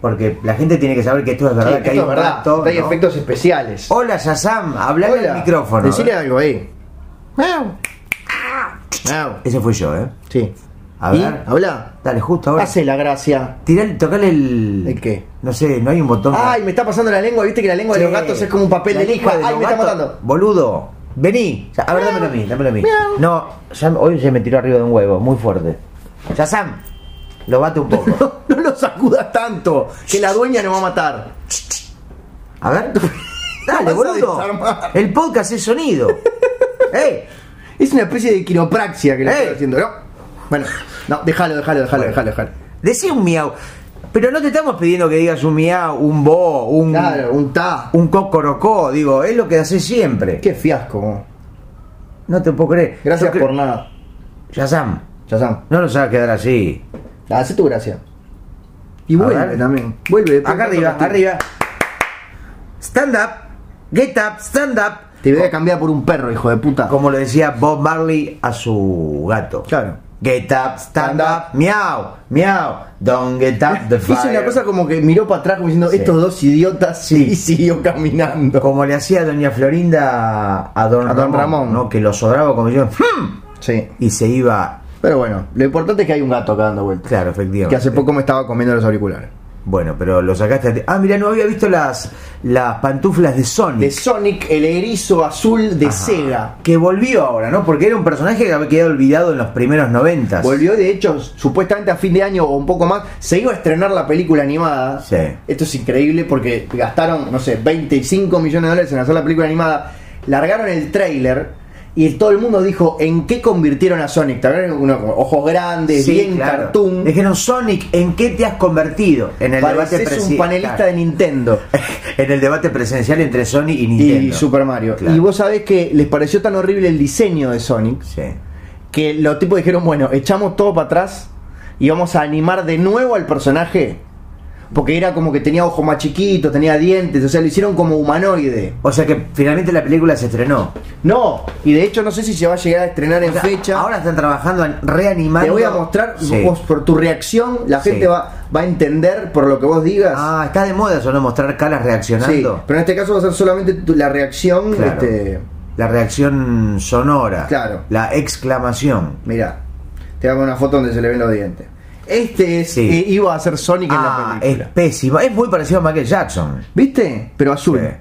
[SPEAKER 2] Porque la gente tiene que saber que esto es verdad,
[SPEAKER 1] Sí,
[SPEAKER 2] que hay
[SPEAKER 1] esto es
[SPEAKER 2] un
[SPEAKER 1] verdad.
[SPEAKER 2] gato,
[SPEAKER 1] Hay
[SPEAKER 2] ¿no? Oh,
[SPEAKER 1] efectos especiales.
[SPEAKER 2] Hola, Shazam, hablar
[SPEAKER 1] Hola.
[SPEAKER 2] al micrófono.
[SPEAKER 1] Decile algo ahí. Miau. Miau.
[SPEAKER 2] Ese fui yo, ¿eh?
[SPEAKER 1] Sí.
[SPEAKER 2] A
[SPEAKER 1] ¿Y?
[SPEAKER 2] ver.
[SPEAKER 1] Habla.
[SPEAKER 2] Dale, justo ahora.
[SPEAKER 1] Hace la gracia.
[SPEAKER 2] Tirale, tocale el.
[SPEAKER 1] ¿El qué?
[SPEAKER 2] No sé, no hay un botón.
[SPEAKER 1] Ay, me está pasando la lengua. Viste que la lengua de los gatos es como un papel de lija. Ay, me está matando.
[SPEAKER 2] Boludo, vení. O sea, a ver, dámelo a mí, dámelo a mí. No, ya- hoy se me tiró arriba de un huevo, muy fuerte. Shazam, lo bate un poco.
[SPEAKER 1] No lo sacudas tanto. Que la dueña nos va a matar.
[SPEAKER 2] A ver.
[SPEAKER 1] Vas
[SPEAKER 2] Dale,
[SPEAKER 1] a
[SPEAKER 2] boludo.
[SPEAKER 1] desarmar.
[SPEAKER 2] El podcast es sonido. ¡Ey!
[SPEAKER 1] Es una especie de quiropraxia que le
[SPEAKER 2] ¡Eh!
[SPEAKER 1] estoy haciendo, ¿no? Bueno, no, déjalo, déjalo, déjalo,
[SPEAKER 2] Bueno.
[SPEAKER 1] déjalo, déjalo.
[SPEAKER 2] Decí un miau. Pero no te estamos pidiendo que digas un miau, un bo, un.
[SPEAKER 1] Claro, un ta.
[SPEAKER 2] Un cocorocó, digo, es lo que haces siempre.
[SPEAKER 1] Qué fiasco.
[SPEAKER 2] No te puedo creer.
[SPEAKER 1] Gracias
[SPEAKER 2] Yo creo-
[SPEAKER 1] por nada.
[SPEAKER 2] Shazam,
[SPEAKER 1] Shazam.
[SPEAKER 2] no lo sabes quedar así.
[SPEAKER 1] Hace tu gracia. Y
[SPEAKER 2] A
[SPEAKER 1] vuelve
[SPEAKER 2] ver.
[SPEAKER 1] también. Vuelve. después
[SPEAKER 2] Acá
[SPEAKER 1] de
[SPEAKER 2] arriba,
[SPEAKER 1] tanto
[SPEAKER 2] arriba. Stand up, get up, stand up.
[SPEAKER 1] Te voy a cambiar por un perro, hijo de puta.
[SPEAKER 2] Como le decía Bob Marley a su gato.
[SPEAKER 1] Claro.
[SPEAKER 2] Get up, stand up, miau, miau. Don't get up the
[SPEAKER 1] Hizo
[SPEAKER 2] fire.
[SPEAKER 1] una cosa como que miró para atrás como diciendo,
[SPEAKER 2] Sí.
[SPEAKER 1] estos dos idiotas
[SPEAKER 2] Sí.
[SPEAKER 1] y siguió caminando.
[SPEAKER 2] Como le hacía Doña Florinda a Don,
[SPEAKER 1] A Don Ramón.
[SPEAKER 2] ¿no? Que lo sobraba como yo. "Hmm",
[SPEAKER 1] Sí.
[SPEAKER 2] Y se iba.
[SPEAKER 1] Pero bueno, lo importante es que hay un gato acá dando vueltas.
[SPEAKER 2] Claro, efectivamente.
[SPEAKER 1] Que hace poco me estaba comiendo los auriculares.
[SPEAKER 2] Bueno, pero lo sacaste. a ti. Ah, mira, no había visto las, las pantuflas de Sonic.
[SPEAKER 1] De Sonic, el erizo azul de
[SPEAKER 2] Ajá.
[SPEAKER 1] Sega.
[SPEAKER 2] Que volvió ahora, ¿no? Porque era un personaje que había quedado olvidado en los primeros noventas.
[SPEAKER 1] Volvió, de hecho, supuestamente a fin de año o un poco más, se iba a estrenar la película animada.
[SPEAKER 2] Sí.
[SPEAKER 1] Esto es increíble porque gastaron, no sé, 25 millones de dólares en hacer la película animada. Largaron el tráiler y todo el mundo dijo, ¿en qué convirtieron a Sonic? ¿Te acuerdas? Uno con ojos grandes,
[SPEAKER 2] Sí,
[SPEAKER 1] bien
[SPEAKER 2] claro.
[SPEAKER 1] cartoon.
[SPEAKER 2] Dijeron, Sonic, ¿en qué te has convertido? En el debate
[SPEAKER 1] Pareces
[SPEAKER 2] presidencial.
[SPEAKER 1] un panelista de Nintendo
[SPEAKER 2] en el debate presencial entre Sonic y
[SPEAKER 1] y
[SPEAKER 2] Nintendo.
[SPEAKER 1] Super Mario.
[SPEAKER 2] Claro.
[SPEAKER 1] Y vos sabés que les pareció tan horrible el diseño de Sonic
[SPEAKER 2] Sí.
[SPEAKER 1] que los tipos dijeron, bueno, echamos todo para atrás y vamos a animar de nuevo al personaje. Porque era como que tenía ojos más chiquitos, tenía dientes, o sea, lo hicieron como humanoide.
[SPEAKER 2] O sea que finalmente la película se estrenó.
[SPEAKER 1] No, y de hecho no sé si se va a llegar a estrenar en
[SPEAKER 2] O sea,
[SPEAKER 1] fecha.
[SPEAKER 2] Ahora están trabajando en reanimar.
[SPEAKER 1] Te voy a mostrar, vos, por tu reacción, la
[SPEAKER 2] Sí.
[SPEAKER 1] gente va, va a entender por lo que vos digas.
[SPEAKER 2] Ah, está de moda eso, ¿no? Mostrar caras
[SPEAKER 1] Sí,
[SPEAKER 2] reaccionando.
[SPEAKER 1] pero en este caso va a ser solamente tu- la reacción.
[SPEAKER 2] Claro.
[SPEAKER 1] Este,
[SPEAKER 2] La reacción sonora.
[SPEAKER 1] Claro.
[SPEAKER 2] La exclamación.
[SPEAKER 1] mirá, te hago una foto donde se le ven los dientes. Este es,
[SPEAKER 2] Sí.
[SPEAKER 1] eh, iba a ser Sonic
[SPEAKER 2] Ah,
[SPEAKER 1] en la
[SPEAKER 2] es
[SPEAKER 1] película.
[SPEAKER 2] pésimo. Es muy parecido a Michael Jackson.
[SPEAKER 1] ¿Viste? Pero azul.
[SPEAKER 2] Eh,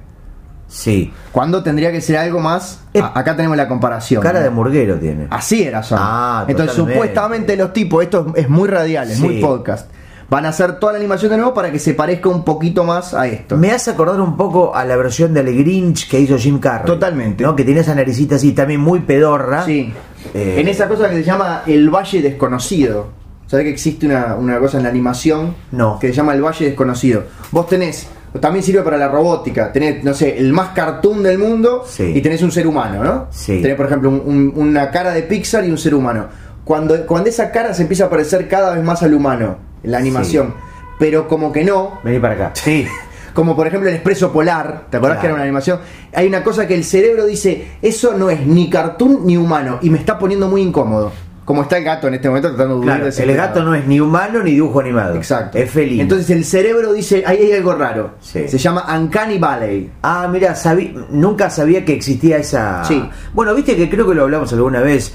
[SPEAKER 2] Sí.
[SPEAKER 1] Cuando tendría que ser algo más.
[SPEAKER 2] Eh,
[SPEAKER 1] A- acá tenemos la comparación.
[SPEAKER 2] Cara
[SPEAKER 1] ¿no?
[SPEAKER 2] de murguero tiene.
[SPEAKER 1] Así era Sonic.
[SPEAKER 2] Ah,
[SPEAKER 1] Entonces,
[SPEAKER 2] totalmente.
[SPEAKER 1] supuestamente los tipos, esto es es muy radial, es
[SPEAKER 2] Sí.
[SPEAKER 1] muy podcast. Van a hacer toda la animación de nuevo para que se parezca un poquito más a esto.
[SPEAKER 2] Me hace acordar un poco a la versión del Grinch que hizo Jim Carrey.
[SPEAKER 1] Totalmente.
[SPEAKER 2] ¿no? Que tiene esa naricita así también muy pedorra.
[SPEAKER 1] Sí.
[SPEAKER 2] Eh,
[SPEAKER 1] en esa cosa que se llama el Valle Desconocido. ¿Sabés que existe una, una cosa en la animación
[SPEAKER 2] No.
[SPEAKER 1] que se llama el Valle Desconocido? Vos tenés, también sirve para la robótica, tenés, no sé, el más cartoon del mundo
[SPEAKER 2] Sí.
[SPEAKER 1] y tenés un ser humano, ¿no?
[SPEAKER 2] Sí.
[SPEAKER 1] Tenés, por ejemplo, un- un- una cara de Pixar y un ser humano. Cuando, cuando esa cara se empieza a parecer cada vez más al humano, en la animación, pero como que no,
[SPEAKER 2] Vení para acá. Sí.
[SPEAKER 1] como por ejemplo el expreso polar, ¿te acordás
[SPEAKER 2] Claro.
[SPEAKER 1] que era una animación? Hay una cosa que el cerebro dice, eso no es ni cartoon ni humano, y me está poniendo muy incómodo. Como está el gato en este momento tratando de huir
[SPEAKER 2] Claro,
[SPEAKER 1] de ese
[SPEAKER 2] el gato no es ni humano ni dibujo animado.
[SPEAKER 1] Exacto.
[SPEAKER 2] Es feliz.
[SPEAKER 1] Entonces el cerebro dice, ahí hay algo raro.
[SPEAKER 2] Sí.
[SPEAKER 1] Se llama Uncanny Valley.
[SPEAKER 2] Ah, mira, sabí, nunca sabía que existía esa.
[SPEAKER 1] Sí.
[SPEAKER 2] Bueno, viste que creo que lo hablamos alguna vez.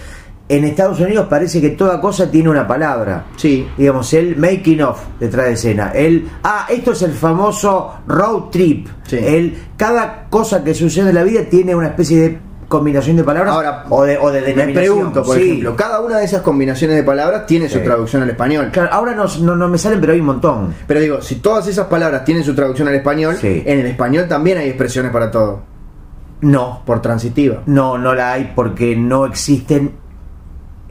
[SPEAKER 2] En Estados Unidos parece que toda cosa tiene una palabra.
[SPEAKER 1] Sí.
[SPEAKER 2] Digamos, el making of detrás de escena. El. Ah, esto es el famoso road trip.
[SPEAKER 1] Sí.
[SPEAKER 2] El. Cada cosa que sucede en la vida tiene una especie de combinación de palabras.
[SPEAKER 1] Ahora,
[SPEAKER 2] o de, o de
[SPEAKER 1] Me
[SPEAKER 2] denominación.
[SPEAKER 1] pregunto, por
[SPEAKER 2] Sí.
[SPEAKER 1] ejemplo, cada una de esas combinaciones de palabras tiene su
[SPEAKER 2] Sí.
[SPEAKER 1] traducción al español.
[SPEAKER 2] Claro, ahora no, no, no me salen, pero hay un montón.
[SPEAKER 1] Pero digo, si todas esas palabras tienen su traducción al español,
[SPEAKER 2] Sí.
[SPEAKER 1] en el español también hay expresiones para todo,
[SPEAKER 2] No.
[SPEAKER 1] por transitiva.
[SPEAKER 2] No, no la hay porque no existen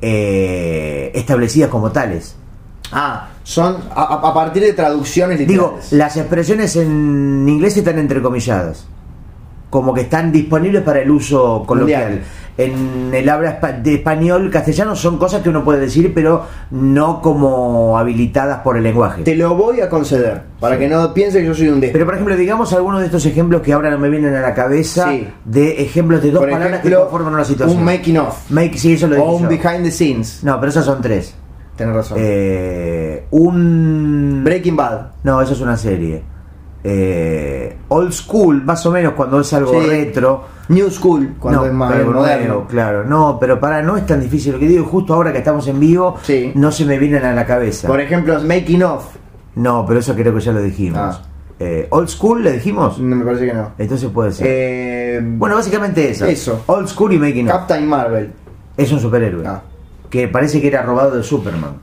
[SPEAKER 2] eh, establecidas como tales.
[SPEAKER 1] Ah, son a, a- a partir de traducciones
[SPEAKER 2] Digo,
[SPEAKER 1] literales.
[SPEAKER 2] las expresiones en inglés están entrecomilladas, como que están disponibles para el uso coloquial.
[SPEAKER 1] Mundial.
[SPEAKER 2] En el habla espa- de español, castellano, son cosas que uno puede decir, pero no como habilitadas por el lenguaje.
[SPEAKER 1] Te lo voy a conceder, para que no piense que yo soy un
[SPEAKER 2] Pero,
[SPEAKER 1] déspota.
[SPEAKER 2] por ejemplo, digamos algunos de estos ejemplos que ahora no me vienen a la cabeza,
[SPEAKER 1] Sí.
[SPEAKER 2] de ejemplos de dos
[SPEAKER 1] Por
[SPEAKER 2] palabras que
[SPEAKER 1] ejemplo,
[SPEAKER 2] conforman una situación.
[SPEAKER 1] Un making of.
[SPEAKER 2] Make- sí, eso lo
[SPEAKER 1] O un
[SPEAKER 2] dije yo.
[SPEAKER 1] behind the scenes.
[SPEAKER 2] No, pero esas son tres.
[SPEAKER 1] Tenés razón.
[SPEAKER 2] Eh, un.
[SPEAKER 1] Breaking Bad.
[SPEAKER 2] No, eso es una serie. Eh, old school, más o menos, cuando es algo
[SPEAKER 1] Sí.
[SPEAKER 2] retro.
[SPEAKER 1] New School, cuando
[SPEAKER 2] No,
[SPEAKER 1] es más
[SPEAKER 2] pero
[SPEAKER 1] moderno.
[SPEAKER 2] nuevo, claro. No, pero para no es tan difícil lo que digo. Justo ahora que estamos en vivo,
[SPEAKER 1] Sí.
[SPEAKER 2] no se me vienen a la cabeza.
[SPEAKER 1] Por e- ejemplo, making of.
[SPEAKER 2] No, pero eso creo que ya lo dijimos.
[SPEAKER 1] Ah.
[SPEAKER 2] Eh, old school, ¿le dijimos?
[SPEAKER 1] No me parece que no.
[SPEAKER 2] Entonces puede ser.
[SPEAKER 1] Eh,
[SPEAKER 2] bueno, básicamente eso.
[SPEAKER 1] eso.
[SPEAKER 2] Old school y making up.
[SPEAKER 1] Captain Marvel.
[SPEAKER 2] Es un superhéroe.
[SPEAKER 1] Ah.
[SPEAKER 2] Que parece que era robado de Superman.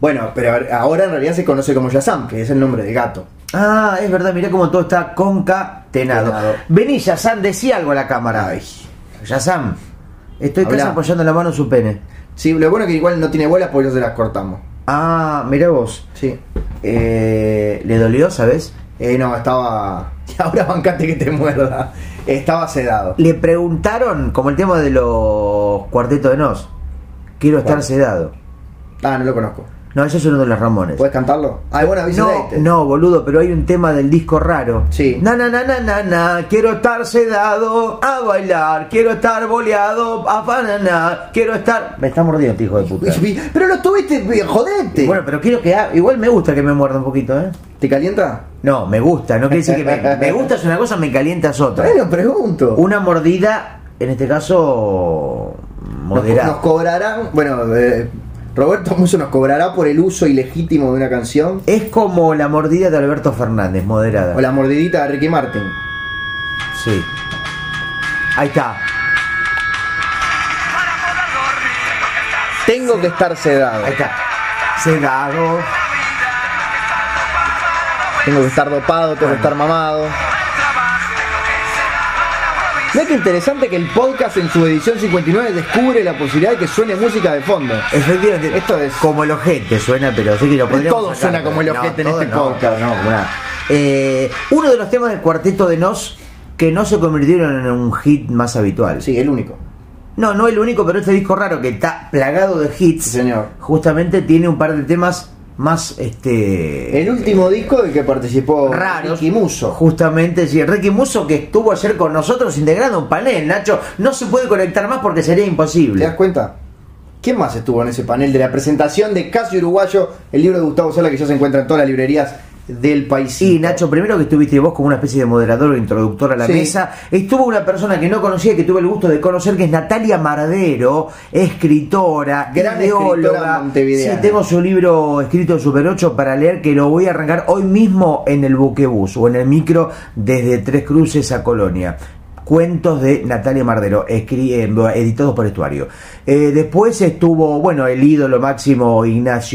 [SPEAKER 1] Bueno, pero ahora en realidad se conoce como Yazam, que es el nombre de gato.
[SPEAKER 2] Ah, es verdad, mirá cómo todo está concatenado.
[SPEAKER 1] Tenado.
[SPEAKER 2] Vení, Yazam, decí algo a la cámara. Yazam, estoy casi
[SPEAKER 1] Habla.
[SPEAKER 2] apoyando la mano en su pene.
[SPEAKER 1] Sí, lo bueno es que igual no tiene bolas porque ya se las cortamos.
[SPEAKER 2] Ah, mirá vos.
[SPEAKER 1] Sí.
[SPEAKER 2] Eh, ¿Le dolió, sabes?
[SPEAKER 1] Eh, no, estaba. Ahora bancate que te muerda. Estaba sedado.
[SPEAKER 2] Le preguntaron, como el tema de los cuartetos de nos, quiero estar
[SPEAKER 1] ¿Cuál?
[SPEAKER 2] sedado.
[SPEAKER 1] Ah, no lo conozco.
[SPEAKER 2] No, eso es uno de los Ramones.
[SPEAKER 1] ¿Puedes cantarlo? Ah, bueno,
[SPEAKER 2] No,
[SPEAKER 1] avísate.
[SPEAKER 2] no, boludo, pero hay un tema del disco raro.
[SPEAKER 1] Sí.
[SPEAKER 2] Na, na, na, na, na, na, quiero estar sedado a bailar, quiero estar boleado a bananar, quiero estar... Me está mordiendo, hijo de puta.
[SPEAKER 1] Pero lo tuviste, jodete.
[SPEAKER 2] bueno, pero quiero que... ha- Igual me gusta que me muerda un poquito, ¿eh?
[SPEAKER 1] ¿Te calienta?
[SPEAKER 2] No, me gusta, no quiere decir que me, me gusta es una cosa, me calienta es otra.
[SPEAKER 1] Bueno, pregunto.
[SPEAKER 2] Una mordida, en este caso,
[SPEAKER 1] nos, nos
[SPEAKER 2] moderada.
[SPEAKER 1] cobrarán. Bueno, eh, Roberto Muso nos cobrará por el uso ilegítimo de una canción.
[SPEAKER 2] Es como la mordida de Alberto Fernández, moderada.
[SPEAKER 1] O la mordidita de Ricky Martin.
[SPEAKER 2] Sí. Ahí está.
[SPEAKER 1] Tengo que estar sedado.
[SPEAKER 2] Ahí está. Sedado.
[SPEAKER 1] Tengo que estar dopado, tengo que estar mamado. Mira qué interesante que el podcast en su edición 59 descubre la posibilidad de que suene música de fondo.
[SPEAKER 2] Efectivamente.
[SPEAKER 1] Esto es-
[SPEAKER 2] Como el ojete suena, pero sí que lo podríamos
[SPEAKER 1] Todo
[SPEAKER 2] sacar,
[SPEAKER 1] suena como el
[SPEAKER 2] pero no,
[SPEAKER 1] ojete en
[SPEAKER 2] todo
[SPEAKER 1] este
[SPEAKER 2] no,
[SPEAKER 1] podcast.
[SPEAKER 2] no, una- Eh, uno de los temas del cuarteto de Nos que no se convirtieron en un hit más habitual.
[SPEAKER 1] Sí, el único.
[SPEAKER 2] No, no el único, pero este disco raro que está plagado de hits.
[SPEAKER 1] Sí, señor.
[SPEAKER 2] Justamente tiene un par de temas más este
[SPEAKER 1] El último disco del que participó
[SPEAKER 2] raros.
[SPEAKER 1] Ricky Musso.
[SPEAKER 2] Justamente, sí, Ricky Muso que estuvo ayer con nosotros integrando un panel, Nacho. No se puede conectar más porque sería
[SPEAKER 1] ¿Te das
[SPEAKER 2] imposible.
[SPEAKER 1] cuenta? ¿Quién más estuvo en ese panel de la presentación de Casi Uruguayo, el libro de Gustavo Sala que ya se encuentra en todas las librerías del país?
[SPEAKER 2] Sí, Nacho, primero que estuviste vos como una especie de moderador o introductor a la
[SPEAKER 1] Sí.
[SPEAKER 2] mesa, estuvo una persona que no conocía, que tuve el gusto de conocer, que es Natalia Mardero, escritora,
[SPEAKER 1] Gran escritora
[SPEAKER 2] ideóloga.
[SPEAKER 1] montevideana.
[SPEAKER 2] Sí, tengo su libro escrito de Super 8 para leer, que lo voy a arrancar hoy mismo en el buquebús o en el micro desde Tres Cruces a Colonia. Cuentos de Natalia Mardero, escri- eh, editados por Estuario. Eh, después estuvo, bueno, el ídolo máximo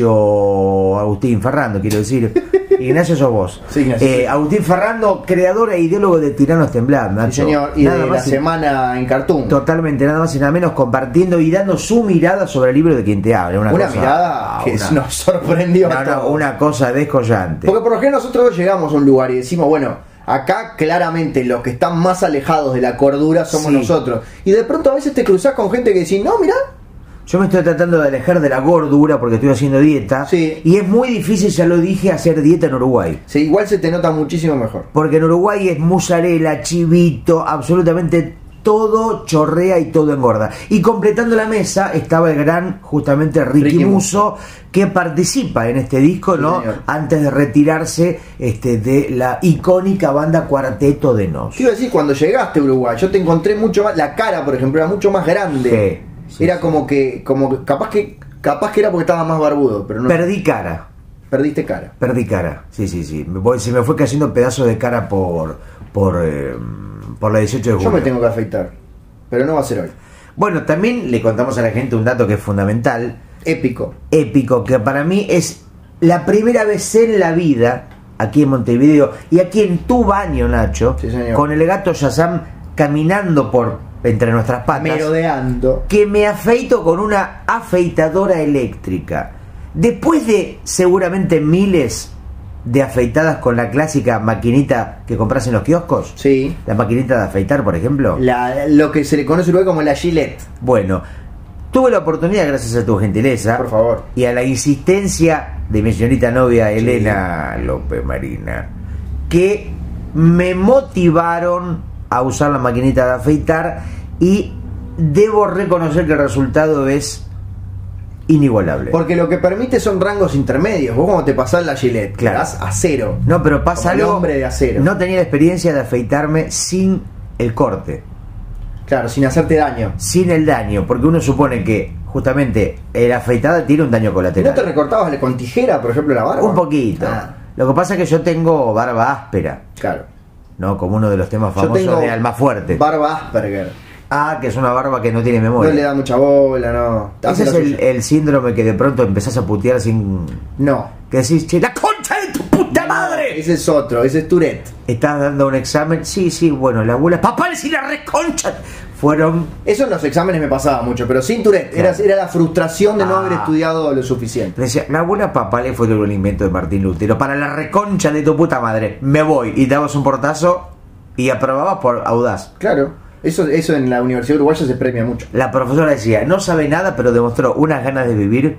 [SPEAKER 2] Ignacio Agustín Ferrando, quiero decir. Ignacio sos vos.
[SPEAKER 1] Sí, Ignacio.
[SPEAKER 2] Eh, Agustín Ferrando, creador e ideólogo de Tiranos Temblar, Nacho.
[SPEAKER 1] Sí, señor, y
[SPEAKER 2] Nada
[SPEAKER 1] de la
[SPEAKER 2] más y-
[SPEAKER 1] semana en Cartoon.
[SPEAKER 2] Totalmente, nada más y nada menos, compartiendo y dando su mirada sobre el libro de quien te habla. Una,
[SPEAKER 1] Una
[SPEAKER 2] cosa-
[SPEAKER 1] mirada que
[SPEAKER 2] una-
[SPEAKER 1] nos sorprendió.
[SPEAKER 2] no,
[SPEAKER 1] a
[SPEAKER 2] no,
[SPEAKER 1] todos.
[SPEAKER 2] una cosa descollante.
[SPEAKER 1] Porque por lo general nosotros llegamos a un lugar y decimos, bueno, acá claramente los que están más alejados de la cordura somos
[SPEAKER 2] Sí.
[SPEAKER 1] nosotros. Y de pronto a veces te cruzas con gente que decís, no, mirá,
[SPEAKER 2] Yo me estoy tratando de alejar de la gordura porque estoy haciendo dieta.
[SPEAKER 1] Sí.
[SPEAKER 2] Y es muy difícil, ya lo dije, hacer dieta en Uruguay.
[SPEAKER 1] sí, igual se te nota muchísimo mejor.
[SPEAKER 2] Porque en Uruguay es mozzarella, chivito, absolutamente todo chorrea y todo engorda. Y completando la mesa estaba el gran, justamente, Ricky,
[SPEAKER 1] Ricky
[SPEAKER 2] Musso, que participa en este disco, ¿no?
[SPEAKER 1] señor.
[SPEAKER 2] Antes de retirarse este, de la icónica banda Cuarteto de Nos.
[SPEAKER 1] Te iba a decir, cuando llegaste a Uruguay, yo te encontré mucho más, la cara, por ejemplo, era mucho más grande.
[SPEAKER 2] Sí, sí,
[SPEAKER 1] era
[SPEAKER 2] sí.
[SPEAKER 1] como que, como que, capaz que, capaz que era porque estaba más barbudo, pero no.
[SPEAKER 2] Perdí cara.
[SPEAKER 1] Perdiste cara.
[SPEAKER 2] Perdí cara, sí, sí, sí. Me voy- se me fue cayendo pedazo de cara por por, eh, por la 18 de
[SPEAKER 1] Yo
[SPEAKER 2] julio.
[SPEAKER 1] me tengo que afeitar, pero no va a ser hoy.
[SPEAKER 2] Bueno, también le contamos a la gente un dato que es fundamental,
[SPEAKER 1] Épico.
[SPEAKER 2] épico, que para mí es la primera vez en la vida, aquí en Montevideo, y aquí en tu baño, Nacho,
[SPEAKER 1] Sí, señor.
[SPEAKER 2] con el gato Yazam caminando por entre nuestras patas,
[SPEAKER 1] Merodeando.
[SPEAKER 2] que me afeito con una afeitadora eléctrica. Después de seguramente miles de afeitadas con la clásica maquinita que compras en los kioscos,
[SPEAKER 1] Sí.
[SPEAKER 2] la maquinita de afeitar, por ejemplo,
[SPEAKER 1] La- lo que se le conoce a Uruguay como la Gillette.
[SPEAKER 2] bueno, tuve la oportunidad, gracias a tu gentileza,
[SPEAKER 1] Por favor.
[SPEAKER 2] y a la insistencia de mi señorita novia Elena López Marina, que me motivaron a usar la maquinita de afeitar y debo reconocer que el resultado es inigualable.
[SPEAKER 1] Porque lo que permite son rangos intermedios. Vos cuando te pasás la Gillette,
[SPEAKER 2] Claro.
[SPEAKER 1] quedás a cero.
[SPEAKER 2] no, pero pasa
[SPEAKER 1] Como el
[SPEAKER 2] algo.
[SPEAKER 1] hombre de acero.
[SPEAKER 2] No tenía la experiencia de afeitarme sin el corte.
[SPEAKER 1] Claro, sin hacerte daño.
[SPEAKER 2] Sin el daño, porque uno supone que justamente la afeitada tiene un daño
[SPEAKER 1] ¿No
[SPEAKER 2] colateral.
[SPEAKER 1] te recortabas con tijera, por ejemplo, la barba?
[SPEAKER 2] Un poquito.
[SPEAKER 1] Ah,
[SPEAKER 2] Lo que pasa es que yo tengo barba áspera,
[SPEAKER 1] claro.
[SPEAKER 2] ¿no? Como uno de los temas
[SPEAKER 1] Yo
[SPEAKER 2] famosos
[SPEAKER 1] tengo
[SPEAKER 2] de Alma Fuerte.
[SPEAKER 1] Barba Asperger.
[SPEAKER 2] Ah, que es una barba que no tiene
[SPEAKER 1] No le
[SPEAKER 2] memoria.
[SPEAKER 1] da mucha bola, no. Hace
[SPEAKER 2] Ese es
[SPEAKER 1] lo
[SPEAKER 2] el, eh,
[SPEAKER 1] suyo.
[SPEAKER 2] el síndrome que de pronto empezás a putear sin.
[SPEAKER 1] No.
[SPEAKER 2] que decís, che, la concha de tu puta madre.
[SPEAKER 1] Ese es otro, ese es Tourette.
[SPEAKER 2] Estás dando un examen. Sí, sí, bueno, la abuela. ¡Papá, y la reconcha! Fueron.
[SPEAKER 1] Eso en los exámenes me pasaba mucho, pero sin Tourette.
[SPEAKER 2] Claro.
[SPEAKER 1] Era, era la frustración de no
[SPEAKER 2] Ah.
[SPEAKER 1] haber estudiado lo suficiente.
[SPEAKER 2] Decía, la abuela papá le fue el invento de Martín Lutero. Para la reconcha de tu puta madre, me voy. Y dabas un portazo y aprobabas por audaz.
[SPEAKER 1] Claro. Eso, eso en la Universidad Uruguaya se premia mucho.
[SPEAKER 2] La profesora decía, no sabe nada, pero demostró unas ganas de vivir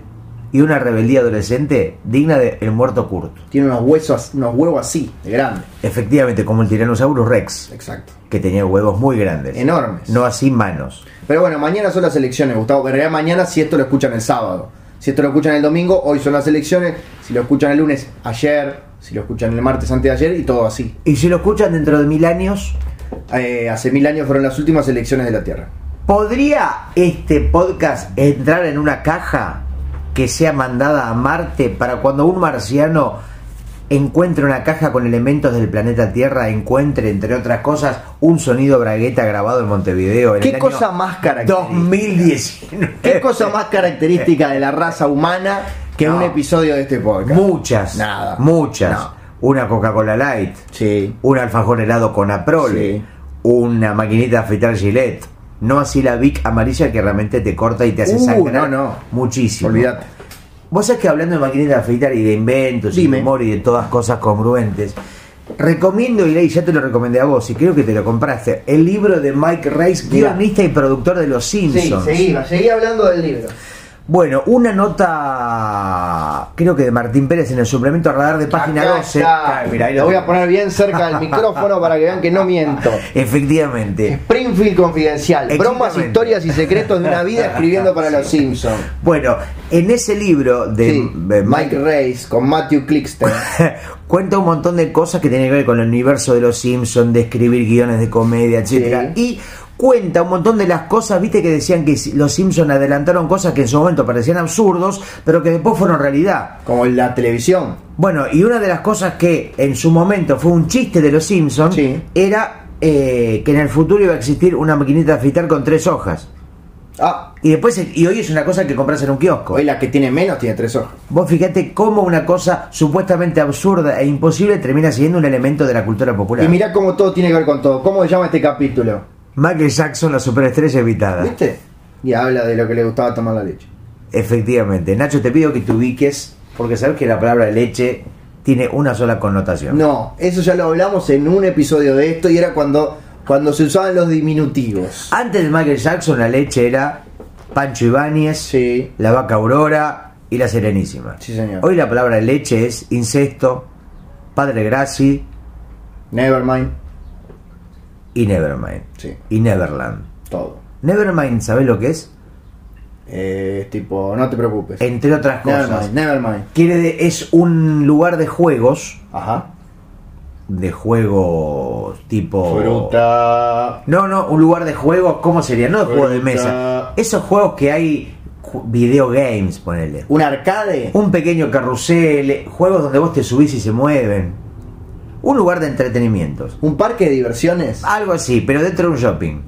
[SPEAKER 2] y una rebeldía adolescente digna de El Muerto Kurt.
[SPEAKER 1] Tiene unos huesos, unos huevos así, de grande.
[SPEAKER 2] Efectivamente, como el Tyrannosaurus Rex,
[SPEAKER 1] Exacto.
[SPEAKER 2] que tenía huevos muy grandes.
[SPEAKER 1] Enormes.
[SPEAKER 2] No así manos.
[SPEAKER 1] Pero bueno, mañana son las elecciones, Gustavo. En realidad mañana si esto lo escuchan el sábado. Si esto lo escuchan el domingo, hoy son las elecciones. Si lo escuchan el lunes, ayer. Si lo escuchan el martes, antes de ayer y todo así.
[SPEAKER 2] Y si lo escuchan dentro de mil años,
[SPEAKER 1] Eh, hace mil años fueron las últimas elecciones de la Tierra.
[SPEAKER 2] ¿podría este podcast entrar en una caja que sea mandada a Marte para cuando un marciano encuentre una caja con elementos del planeta Tierra, encuentre, entre otras cosas, un sonido bragueta grabado en Montevideo? en el
[SPEAKER 1] ¿Qué
[SPEAKER 2] año
[SPEAKER 1] cosa más característica?
[SPEAKER 2] 2019.
[SPEAKER 1] ¿Qué cosa más característica de la raza humana que
[SPEAKER 2] No.
[SPEAKER 1] un episodio de este podcast?
[SPEAKER 2] Muchas.
[SPEAKER 1] Nada.
[SPEAKER 2] Muchas.
[SPEAKER 1] No.
[SPEAKER 2] Una Coca-Cola Light.
[SPEAKER 1] Sí.
[SPEAKER 2] Un alfajor helado con Aprole.
[SPEAKER 1] Sí.
[SPEAKER 2] Una maquinita de afeitar Gillette. No así la Vic amarilla que realmente te corta y te hace
[SPEAKER 1] Uh,
[SPEAKER 2] sangrar
[SPEAKER 1] no, no.
[SPEAKER 2] muchísimo.
[SPEAKER 1] Olvídate.
[SPEAKER 2] Vos sabés que hablando de maquinita de afeitar y de inventos y
[SPEAKER 1] Dime.
[SPEAKER 2] de humor y de todas cosas congruentes, Recomiendo, Irei, ya te lo recomendé a vos y creo que te lo compraste, el libro de Mike Rice,
[SPEAKER 1] Mirá.
[SPEAKER 2] guionista y productor de Los
[SPEAKER 1] Sí,
[SPEAKER 2] Simpsons.
[SPEAKER 1] seguí, seguí hablando del libro.
[SPEAKER 2] Bueno, una nota, creo que de Martín Pérez en el suplemento Radar de página
[SPEAKER 1] Acá
[SPEAKER 2] 12.
[SPEAKER 1] está.
[SPEAKER 2] Ah, mirá, ahí
[SPEAKER 1] lo
[SPEAKER 2] lo
[SPEAKER 1] voy a
[SPEAKER 2] tenés.
[SPEAKER 1] poner bien cerca del micrófono para que vean que no miento.
[SPEAKER 2] Efectivamente.
[SPEAKER 1] Springfield Confidencial, bromas,
[SPEAKER 2] Exactamente.
[SPEAKER 1] historias y secretos de una vida escribiendo para los Simpsons.
[SPEAKER 2] Bueno, en ese libro de,
[SPEAKER 1] Sí,
[SPEAKER 2] de
[SPEAKER 1] Mike Reyes con Matthew Clixton.
[SPEAKER 2] cuenta un montón de cosas que tienen que ver con el universo de los Simpsons, de escribir guiones de comedia, etcétera. Y cuenta un montón de las cosas, viste que decían que los Simpsons adelantaron cosas que en su momento parecían absurdos, pero que después fueron realidad.
[SPEAKER 1] Como en la televisión.
[SPEAKER 2] Bueno, y una de las cosas que en su momento fue un chiste de los Simpsons
[SPEAKER 1] Sí.
[SPEAKER 2] era eh, que en el futuro iba a existir una maquinita de afeitar con tres hojas.
[SPEAKER 1] Ah,
[SPEAKER 2] Y después y hoy es una cosa que compras en un kiosco.
[SPEAKER 1] hoy la que tiene menos tiene tres ojos.
[SPEAKER 2] Vos fíjate cómo una cosa supuestamente absurda e imposible termina siendo un elemento de la cultura popular.
[SPEAKER 1] Y mirá cómo todo tiene que ver con todo. ¿Cómo se llama este capítulo?
[SPEAKER 2] Michael Jackson, la superestrella evitada.
[SPEAKER 1] ¿Viste? Y habla de lo que le gustaba tomar la leche.
[SPEAKER 2] Efectivamente. Nacho, te pido que te ubiques, porque sabes que la palabra leche tiene una sola connotación.
[SPEAKER 1] No, eso ya lo hablamos en un episodio de esto y era cuando, cuando se usaban los diminutivos.
[SPEAKER 2] Antes de Michael Jackson, la leche era Pancho Ibáñez,
[SPEAKER 1] Sí.
[SPEAKER 2] la vaca Aurora y la Serenísima.
[SPEAKER 1] Sí, señor.
[SPEAKER 2] Hoy la palabra leche es incesto, padre Graci
[SPEAKER 1] Nevermind.
[SPEAKER 2] y Nevermind.
[SPEAKER 1] Sí,
[SPEAKER 2] Y Neverland.
[SPEAKER 1] todo.
[SPEAKER 2] Nevermind, ¿sabes lo que es?
[SPEAKER 1] Eh, es tipo, no te preocupes.
[SPEAKER 2] Entre otras cosas.
[SPEAKER 1] Nevermind, nevermind.
[SPEAKER 2] Quiere de- es un lugar de juegos,
[SPEAKER 1] Ajá.
[SPEAKER 2] de juegos tipo...
[SPEAKER 1] Fruta.
[SPEAKER 2] No, no, un lugar de juegos, ¿cómo sería? No de juegos de
[SPEAKER 1] Fruta.
[SPEAKER 2] mesa. Esos juegos que hay, ju- video games, ponele.
[SPEAKER 1] ¿Un arcade?
[SPEAKER 2] Un pequeño carrusel, eh, juegos donde vos te subís y se mueven. Un lugar de entretenimientos.
[SPEAKER 1] ¿Un parque de diversiones?
[SPEAKER 2] Algo así, pero dentro de un shopping.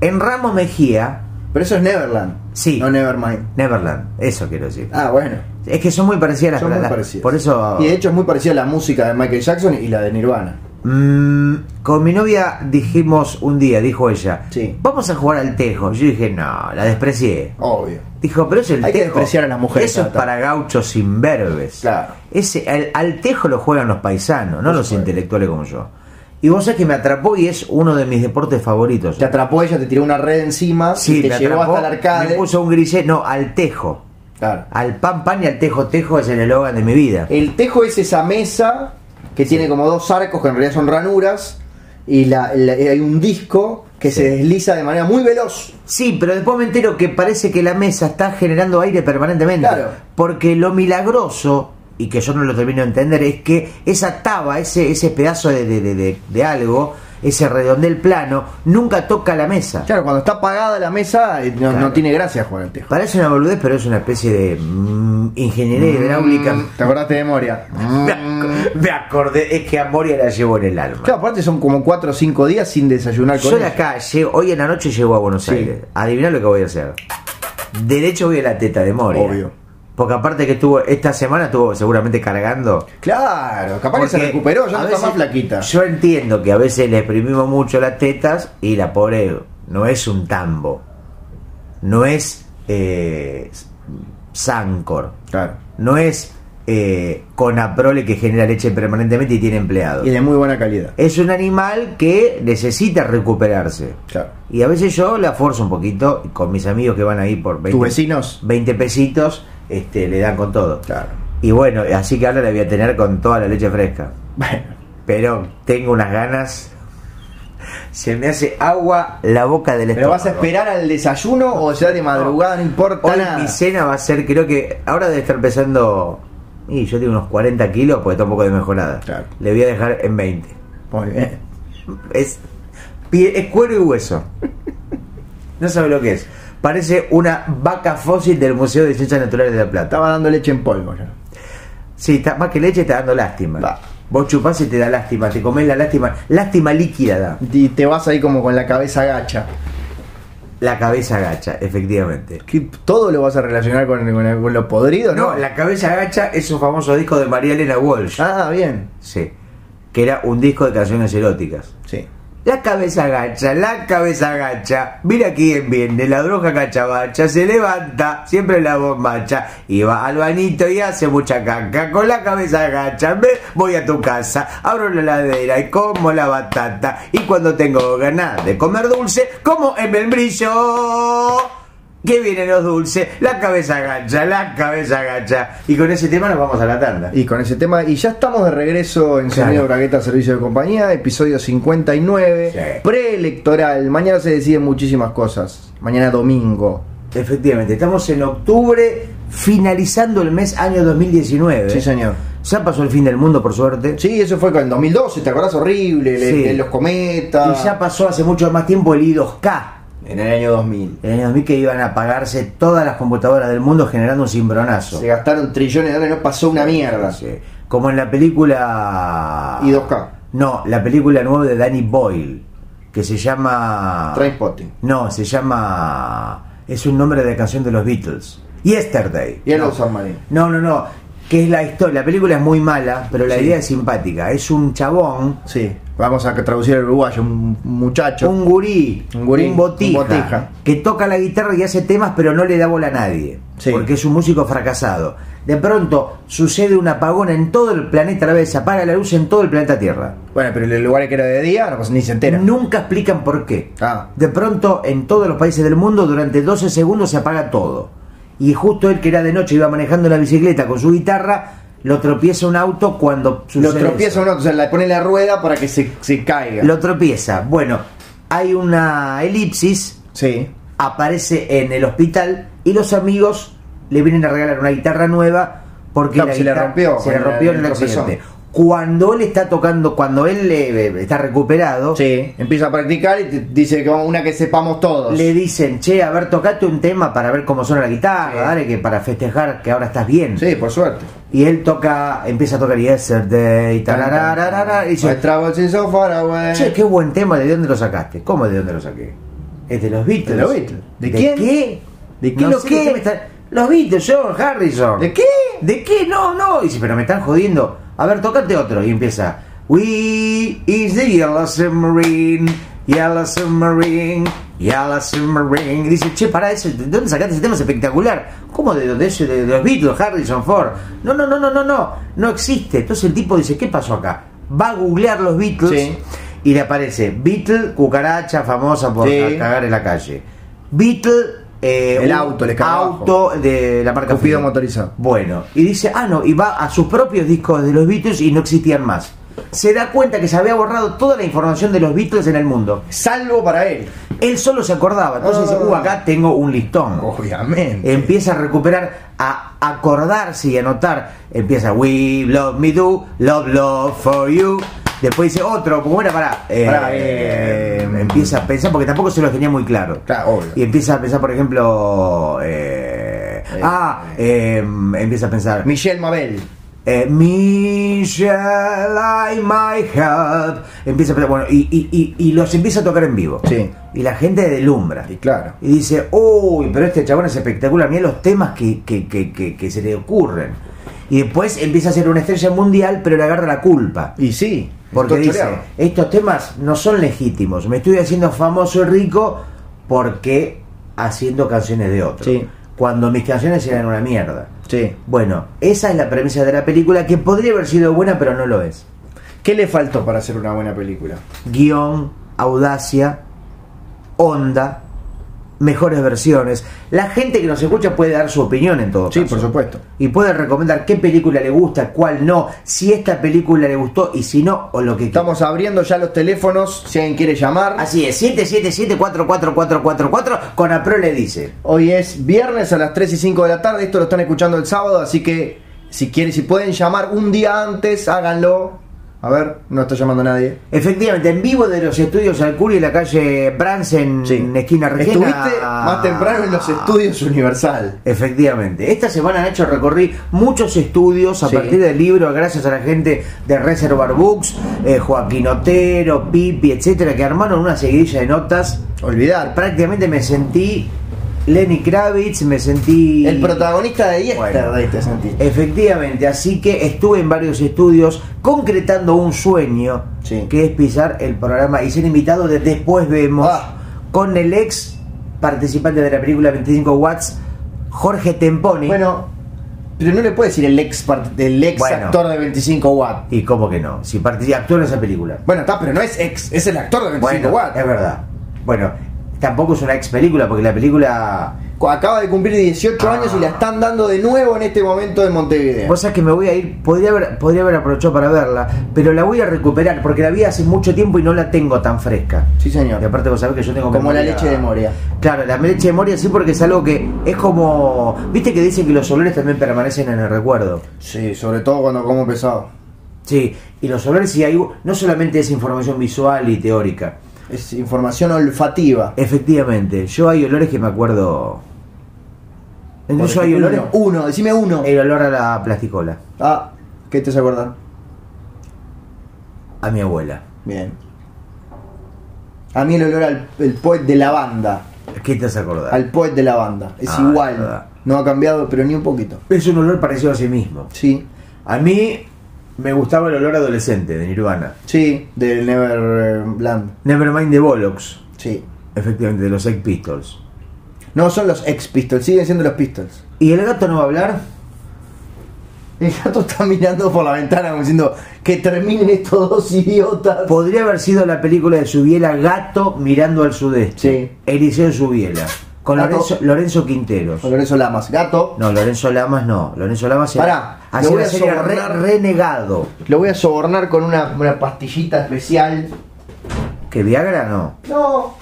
[SPEAKER 2] En Ramos Mejía,
[SPEAKER 1] Pero eso es Neverland.
[SPEAKER 2] Sí.
[SPEAKER 1] No Nevermind.
[SPEAKER 2] Neverland, eso quiero decir.
[SPEAKER 1] Ah, bueno.
[SPEAKER 2] Es que son muy parecidas las
[SPEAKER 1] Son muy
[SPEAKER 2] las-
[SPEAKER 1] parecidas.
[SPEAKER 2] Por eso...
[SPEAKER 1] Y de hecho es muy parecida a la música de Michael Jackson y la de Nirvana.
[SPEAKER 2] Mm, con mi novia dijimos un día, dijo ella,
[SPEAKER 1] Sí.
[SPEAKER 2] vamos a jugar al tejo. Yo dije, no, la desprecié.
[SPEAKER 1] Obvio.
[SPEAKER 2] Dijo, pero es el
[SPEAKER 1] Hay que
[SPEAKER 2] tejo.
[SPEAKER 1] despreciar a las mujeres,
[SPEAKER 2] Eso es
[SPEAKER 1] Tata.
[SPEAKER 2] para gauchos imberbes.
[SPEAKER 1] Claro.
[SPEAKER 2] Ese, al, al tejo lo juegan los paisanos, no
[SPEAKER 1] Por
[SPEAKER 2] los
[SPEAKER 1] supuesto.
[SPEAKER 2] intelectuales como yo. Y vos sabés que me atrapó y es uno de mis deportes favoritos.
[SPEAKER 1] Te atrapó ella, te tiró una red encima,
[SPEAKER 2] Sí,
[SPEAKER 1] y te
[SPEAKER 2] me
[SPEAKER 1] llevó
[SPEAKER 2] atrapó,
[SPEAKER 1] hasta el arcade.
[SPEAKER 2] Me puso un grillete, no, al tejo.
[SPEAKER 1] Claro.
[SPEAKER 2] Al pan pan y al tejo tejo es el eslogan de mi vida.
[SPEAKER 1] El tejo es esa mesa que tiene como dos arcos que en realidad son ranuras y la- la- hay un disco que se desliza de manera muy veloz.
[SPEAKER 2] Sí, pero después me entero que parece que la mesa está generando aire permanentemente.
[SPEAKER 1] Claro.
[SPEAKER 2] Porque lo milagroso, y que yo no lo termino de entender, es que esa taba, ese, ese pedazo de, de- de- de- de algo, ese redondel plano, nunca toca la mesa.
[SPEAKER 1] Claro, cuando está apagada la mesa eh, no,
[SPEAKER 2] Claro.
[SPEAKER 1] no tiene gracia jugar al tejo.
[SPEAKER 2] Parece una boludez, pero es una especie de mm, ingeniería hidráulica.
[SPEAKER 1] Mm, ¿Te acordaste de memoria?
[SPEAKER 2] Me,
[SPEAKER 1] Mm.
[SPEAKER 2] ac- me acordé, es que a Moria la llevo en el alma.
[SPEAKER 1] Claro, aparte son como 4 o 5 días sin desayunar con
[SPEAKER 2] Yo de
[SPEAKER 1] ella.
[SPEAKER 2] acá, llego- hoy en la noche llego a Buenos
[SPEAKER 1] Ah, Sí.
[SPEAKER 2] Aires. Adiviná lo que voy a hacer. Derecho voy a la teta de Moria.
[SPEAKER 1] Obvio.
[SPEAKER 2] Porque aparte que estuvo, esta semana estuvo seguramente cargando.
[SPEAKER 1] Claro, capaz que se
[SPEAKER 2] Porque
[SPEAKER 1] recuperó, ya
[SPEAKER 2] a
[SPEAKER 1] no está
[SPEAKER 2] veces-
[SPEAKER 1] más flaquita.
[SPEAKER 2] Yo entiendo que a veces le exprimimos mucho las tetas y la pobre no es un tambo. No es eh, Sancor.
[SPEAKER 1] Claro.
[SPEAKER 2] No es eh, Conaprole que genera leche permanentemente y tiene empleados.
[SPEAKER 1] Y de muy buena calidad.
[SPEAKER 2] Es un animal que necesita recuperarse.
[SPEAKER 1] Claro.
[SPEAKER 2] Y a veces yo la forzo un poquito y con mis amigos que van ahí por 20,
[SPEAKER 1] ¿Tus vecinos?
[SPEAKER 2] 20 pesitos, este, le dan con todo.
[SPEAKER 1] Claro.
[SPEAKER 2] Y bueno, así que ahora la voy a tener con toda la leche fresca.
[SPEAKER 1] Bueno,
[SPEAKER 2] Pero tengo unas ganas. Se me hace agua la boca del
[SPEAKER 1] ¿pero
[SPEAKER 2] estómago.
[SPEAKER 1] vas a esperar al desayuno o ya de madrugada? No importa
[SPEAKER 2] Hoy
[SPEAKER 1] nada.
[SPEAKER 2] mi cena va a ser, creo que ahora debe estar pesando. Y yo tengo unos 40 kilos porque tampoco de mejorada.
[SPEAKER 1] Claro.
[SPEAKER 2] Le voy a dejar en 20.
[SPEAKER 1] Muy bien.
[SPEAKER 2] Es, pie- es cuero y hueso. No sabe lo que es. Parece una vaca fósil del Museo de Ciencias Naturales de La Plata.
[SPEAKER 1] Estaba dando leche en polvo ya.
[SPEAKER 2] Sí, está, más que leche está dando lástima.
[SPEAKER 1] Va.
[SPEAKER 2] Vos chupás y te da lástima, te comés la lástima. Lástima líquida da.
[SPEAKER 1] Y te vas ahí como con la cabeza gacha.
[SPEAKER 2] La cabeza gacha, efectivamente.
[SPEAKER 1] Que todo lo vas a relacionar con, con- con lo podrido, ¿no?
[SPEAKER 2] No, la cabeza gacha es un famoso disco de María Elena Walsh.
[SPEAKER 1] Ah, bien.
[SPEAKER 2] Sí. Que era un disco de canciones eróticas.
[SPEAKER 1] Sí.
[SPEAKER 2] La cabeza agacha, la cabeza agacha. Mira quién viene, la droga cachabacha. Se levanta, siempre la bombacha. Y va al banito y hace mucha canca. Con la cabeza agacha, me voy a tu casa. Abro la ladera y como la batata. Y cuando tengo ganas de comer dulce, como en el brillo. Que vienen los dulces, la cabeza agacha, la cabeza agacha. Y con ese tema nos vamos a la tanda.
[SPEAKER 1] Y con ese tema, y ya estamos de regreso en
[SPEAKER 2] Claro.
[SPEAKER 1] Sonido Bragueta Servicio de Compañía, episodio 59,
[SPEAKER 2] Sí.
[SPEAKER 1] preelectoral. Mañana se deciden muchísimas cosas. Mañana domingo.
[SPEAKER 2] Efectivamente, estamos en octubre, finalizando el mes año 2019.
[SPEAKER 1] Sí, señor.
[SPEAKER 2] Ya pasó el fin del mundo, por suerte.
[SPEAKER 1] Sí, eso fue con el 2012, ¿te acordás? Horrible, le-
[SPEAKER 2] Sí.
[SPEAKER 1] le- los cometas.
[SPEAKER 2] Y ya pasó hace mucho más tiempo el I2K.
[SPEAKER 1] en el año 2000.
[SPEAKER 2] En el 2000 que iban eh, a apagarse todas las computadoras del mundo generando un cimbronazo.
[SPEAKER 1] Se gastaron trillones de dólares, no pasó una mierda.
[SPEAKER 2] Sí. Como en la película...
[SPEAKER 1] Y 2K.
[SPEAKER 2] No, la película nueva de Danny Boyle, que se llama...
[SPEAKER 1] Trainspotting.
[SPEAKER 2] No, se llama... Es un nombre de canción de los Beatles. Yesterday.
[SPEAKER 1] Y el
[SPEAKER 2] No.
[SPEAKER 1] San Marino.
[SPEAKER 2] No, no, no. Que es la historia. La película es muy mala, pero la
[SPEAKER 1] Sí.
[SPEAKER 2] idea es simpática. Es un chabón,
[SPEAKER 1] Sí, vamos a traducir al uruguayo, un muchacho.
[SPEAKER 2] un gurí,
[SPEAKER 1] Un gurí,
[SPEAKER 2] botija,
[SPEAKER 1] un botija.
[SPEAKER 2] que toca la guitarra y hace temas, pero no le da bola a nadie.
[SPEAKER 1] Sí.
[SPEAKER 2] Porque es un músico fracasado. De pronto sucede un apagón en todo el planeta, a la vez se apaga la luz en todo el planeta Tierra.
[SPEAKER 1] Bueno, pero el lugar que era de día, no, pues, ni se entera.
[SPEAKER 2] Nunca explican por qué.
[SPEAKER 1] Ah.
[SPEAKER 2] De pronto, en todos los países del mundo, durante 12 segundos se apaga todo. Y justo él que era de noche, iba manejando la bicicleta con su guitarra, lo tropieza un auto cuando
[SPEAKER 1] Lo
[SPEAKER 2] sucede
[SPEAKER 1] tropieza uno, o sea, le pone la rueda para que se, se caiga.
[SPEAKER 2] Lo tropieza. Bueno, hay una elipsis,
[SPEAKER 1] Sí.
[SPEAKER 2] aparece en el hospital y los amigos le vienen a regalar una guitarra nueva porque
[SPEAKER 1] Claro,
[SPEAKER 2] la
[SPEAKER 1] se le
[SPEAKER 2] guitarra-
[SPEAKER 1] rompió
[SPEAKER 2] se le
[SPEAKER 1] en
[SPEAKER 2] rompió
[SPEAKER 1] el-
[SPEAKER 2] en el
[SPEAKER 1] en el tropezón.
[SPEAKER 2] accidente. Cuando él está tocando, cuando él eh, está recuperado,
[SPEAKER 1] Sí. Empieza a practicar y te dice que una que sepamos todos.
[SPEAKER 2] le dicen, che, a ver, tocate un tema para ver cómo suena la guitarra,
[SPEAKER 1] Sí.
[SPEAKER 2] dale, que para festejar que ahora estás bien.
[SPEAKER 1] Sí, por suerte.
[SPEAKER 2] Y él toca, empieza a tocar Yesterday, tararararara, y dice,
[SPEAKER 1] My travels is so far away.
[SPEAKER 2] Che, qué buen tema, ¿de dónde lo sacaste? ¿Cómo de dónde lo saqué? Es de los Beatles.
[SPEAKER 1] De los Beatles.
[SPEAKER 2] ¿De,
[SPEAKER 1] ¿De
[SPEAKER 2] quién?
[SPEAKER 1] quién?
[SPEAKER 2] qué?
[SPEAKER 1] ¿De
[SPEAKER 2] qué
[SPEAKER 1] qué?
[SPEAKER 2] lo
[SPEAKER 1] No sé
[SPEAKER 2] qué?
[SPEAKER 1] de qué me
[SPEAKER 2] Los Beatles, George Harrison.
[SPEAKER 1] ¿De qué?
[SPEAKER 2] ¿De qué? No, no. Dice, pero me están jodiendo. A ver, tocate otro. Y empieza. We is the Yellow Submarine. Yellow Submarine. Yellow Submarine. Dice, che, pará, ese, ¿de dónde sacaste ese tema? Es espectacular. ¿Cómo de, de, ese- de, de los Beatles, Harrison Ford? No, no, no, no, no, no. No existe. Entonces el tipo dice, ¿qué pasó acá? Va a googlear los Beatles.
[SPEAKER 1] Sí.
[SPEAKER 2] Y le aparece Beatle, cucaracha famosa por
[SPEAKER 1] Sí.
[SPEAKER 2] cagar en la calle. Beatle, eh,
[SPEAKER 1] El
[SPEAKER 2] un
[SPEAKER 1] auto, le caga
[SPEAKER 2] auto de la marca
[SPEAKER 1] Cupido
[SPEAKER 2] Fiat.
[SPEAKER 1] motorizado.
[SPEAKER 2] Bueno, y dice, ah, no, y va a sus propios discos de los Beatles y no existían más. Se da cuenta que se había borrado toda la información de los Beatles en el mundo.
[SPEAKER 1] Salvo para él.
[SPEAKER 2] Él solo se acordaba. Entonces dice,
[SPEAKER 1] Ah.
[SPEAKER 2] uh, acá tengo un listón.
[SPEAKER 1] Obviamente.
[SPEAKER 2] Empieza a recuperar, a acordarse y anotar. Empieza, we love me do, love love for you. Después dice otro, como era para.
[SPEAKER 1] Pará, eh,
[SPEAKER 2] empieza a pensar, porque tampoco se los tenía muy claro.
[SPEAKER 1] Claro, obvio.
[SPEAKER 2] Y empieza a pensar, por ejemplo. eh,
[SPEAKER 1] Eh,
[SPEAKER 2] ah, eh, empieza a pensar.
[SPEAKER 1] Michelle Mabel.
[SPEAKER 2] Eh, me shall I my help. Empieza a pensar, bueno, y, y- y- y los empieza a tocar en vivo.
[SPEAKER 1] Sí.
[SPEAKER 2] Y la gente delumbra.
[SPEAKER 1] Y claro.
[SPEAKER 2] Y dice, uy, pero este chabón es espectacular, mira los temas que, que, que, que, que se le ocurren. Y después empieza a ser una estrella mundial, pero le agarra la culpa.
[SPEAKER 1] Y sí.
[SPEAKER 2] Porque
[SPEAKER 1] está
[SPEAKER 2] dice,
[SPEAKER 1] choreado.
[SPEAKER 2] estos temas no son legítimos, me estoy haciendo famoso y rico porque haciendo canciones de otros.
[SPEAKER 1] Sí.
[SPEAKER 2] Cuando mis canciones eran una mierda.
[SPEAKER 1] Sí.
[SPEAKER 2] Bueno, esa es la premisa de la película que podría haber sido buena, pero no lo es.
[SPEAKER 1] ¿Qué le faltó para hacer una buena película?
[SPEAKER 2] guión, audacia, onda, mejores versiones. La gente que nos escucha puede dar su opinión en todo
[SPEAKER 1] Sí,
[SPEAKER 2] caso.
[SPEAKER 1] por supuesto.
[SPEAKER 2] Y puede recomendar qué película le gusta, cuál no, si esta película le gustó y si no, o lo que quiera.
[SPEAKER 1] Estamos abriendo ya los teléfonos, si alguien quiere llamar.
[SPEAKER 2] Así es, 777-44444 con APRO le dice.
[SPEAKER 1] Hoy es viernes a las 3 y 5 de la tarde, esto lo están escuchando el sábado, así que si quieren, si pueden llamar un día antes, háganlo. A ver, no está llamando nadie.
[SPEAKER 2] Efectivamente, en vivo de los estudios Alcuri en la calle Bransen, en esquina Regina.
[SPEAKER 1] Estuviste más temprano en los estudios Universal.
[SPEAKER 2] Efectivamente. Esta semana, Nacho, recorrí muchos estudios a
[SPEAKER 1] Sí.
[SPEAKER 2] partir del libro, gracias a la gente de Reservoir Books, eh, Joaquín Otero, Pipi, etcétera, que armaron una seguidilla de notas.
[SPEAKER 1] Olvidar.
[SPEAKER 2] Prácticamente me sentí Lenny Kravitz, me sentí...
[SPEAKER 1] El protagonista de Yesterday
[SPEAKER 2] Bueno. Eh,
[SPEAKER 1] te sentiste.
[SPEAKER 2] Efectivamente, así que estuve en varios estudios concretando un sueño
[SPEAKER 1] Sí.
[SPEAKER 2] que es pisar el programa y ser invitado de Después Vemos
[SPEAKER 1] Ah.
[SPEAKER 2] con el ex participante de la película 25 Watts, Jorge Temponi.
[SPEAKER 1] Bueno, pero no le puedes decir el ex, part- el ex
[SPEAKER 2] Bueno.
[SPEAKER 1] actor de 25 watts.
[SPEAKER 2] ¿Y cómo que no? Si partic- actuó en esa película.
[SPEAKER 1] Bueno, está, pero no es ex, es el actor de 25
[SPEAKER 2] Bueno,
[SPEAKER 1] watts.
[SPEAKER 2] es verdad. Bueno, tampoco es una ex película porque la película...
[SPEAKER 1] Acaba de cumplir 18
[SPEAKER 2] Ah.
[SPEAKER 1] años y la están dando de nuevo en este momento de Montevideo.
[SPEAKER 2] Vos sabés que me voy a ir, podría haber, podría haber aprovechado para verla, pero la voy a recuperar porque la vi hace mucho tiempo y no la tengo tan fresca.
[SPEAKER 1] Sí,
[SPEAKER 2] Y
[SPEAKER 1] señor.
[SPEAKER 2] aparte vos sabés que yo tengo
[SPEAKER 1] Como la
[SPEAKER 2] memoria-
[SPEAKER 1] leche de Moria.
[SPEAKER 2] Claro, la leche de Moria sí porque es algo que es como... Viste que dicen que los olores también permanecen en el recuerdo.
[SPEAKER 1] Sí, sobre todo cuando como pesado.
[SPEAKER 2] Sí, y los olores sí hay... u- No solamente es información visual y teórica.
[SPEAKER 1] Es información olfativa.
[SPEAKER 2] Efectivamente, yo hay olores que me acuerdo...
[SPEAKER 1] Por
[SPEAKER 2] Yo hay
[SPEAKER 1] ejemplo,
[SPEAKER 2] olores... Eh.
[SPEAKER 1] Uno, decime uno.
[SPEAKER 2] El olor a la plasticola,
[SPEAKER 1] Ah, ¿qué te se acordar?
[SPEAKER 2] a mi abuela.
[SPEAKER 1] Bien. A mí el olor al el poet de lavanda.
[SPEAKER 2] ¿Qué te has acordado?
[SPEAKER 1] Al poet de lavanda. Es
[SPEAKER 2] Ah, es verdad.
[SPEAKER 1] igual. No ha cambiado, pero ni un poquito.
[SPEAKER 2] Es un olor parecido a sí mismo.
[SPEAKER 1] Sí.
[SPEAKER 2] A mí me gustaba el olor adolescente de Nirvana.
[SPEAKER 1] Sí, del Neverland.
[SPEAKER 2] Nevermind de Bollocks,
[SPEAKER 1] Sí.
[SPEAKER 2] efectivamente, de los Sex Pistols.
[SPEAKER 1] No, son los ex Pistols, siguen siendo los Pistols.
[SPEAKER 2] ¿Y el gato no va a hablar?
[SPEAKER 1] El gato está mirando por la ventana como diciendo que terminen estos dos idiotas.
[SPEAKER 2] Podría haber sido la película de Subiela Gato mirando al sudeste.
[SPEAKER 1] Sí.
[SPEAKER 2] Eliseo Subiela. Con
[SPEAKER 1] Gato.
[SPEAKER 2] Lorenzo, Lorenzo Quinteros.
[SPEAKER 1] Lorenzo Lamas, gato.
[SPEAKER 2] No, Lorenzo Lamas no. Lorenzo Lamas era,
[SPEAKER 1] Pará, lo
[SPEAKER 2] hacía
[SPEAKER 1] voy
[SPEAKER 2] la
[SPEAKER 1] a
[SPEAKER 2] serie Re-
[SPEAKER 1] sobornar.
[SPEAKER 2] Renegado.
[SPEAKER 1] Lo voy a sobornar con una, una pastillita especial.
[SPEAKER 2] Que Viagra no.
[SPEAKER 1] No,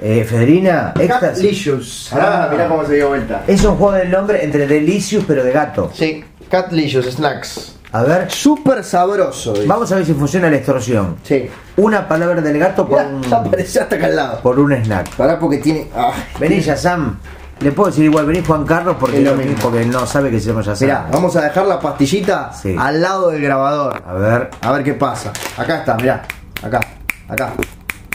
[SPEAKER 2] Eh, Fedrina, éxtasis.
[SPEAKER 1] Catlicious.
[SPEAKER 2] Ah.
[SPEAKER 1] Ah, mirá cómo se dio vuelta.
[SPEAKER 2] Es un juego del nombre entre Delicious pero de gato.
[SPEAKER 1] Sí, Catlicious Snacks.
[SPEAKER 2] A ver,
[SPEAKER 1] Súper sabroso. dice.
[SPEAKER 2] vamos a ver si funciona la extorsión.
[SPEAKER 1] Sí.
[SPEAKER 2] Una palabra del gato por
[SPEAKER 1] Mirá,
[SPEAKER 2] un,
[SPEAKER 1] ya apareció hasta acá al lado.
[SPEAKER 2] por un snack.
[SPEAKER 1] Pará porque tiene. Ah,
[SPEAKER 2] Vení, Sam. Le puedo decir igual, vení Juan Carlos porque,
[SPEAKER 1] Es lo
[SPEAKER 2] no,
[SPEAKER 1] mismo.
[SPEAKER 2] porque no sabe que se llama Yazam.
[SPEAKER 1] Mirá, vamos a dejar la pastillita
[SPEAKER 2] Sí.
[SPEAKER 1] al lado del grabador.
[SPEAKER 2] A ver,
[SPEAKER 1] A ver qué pasa. Acá está, mirá. Acá, acá.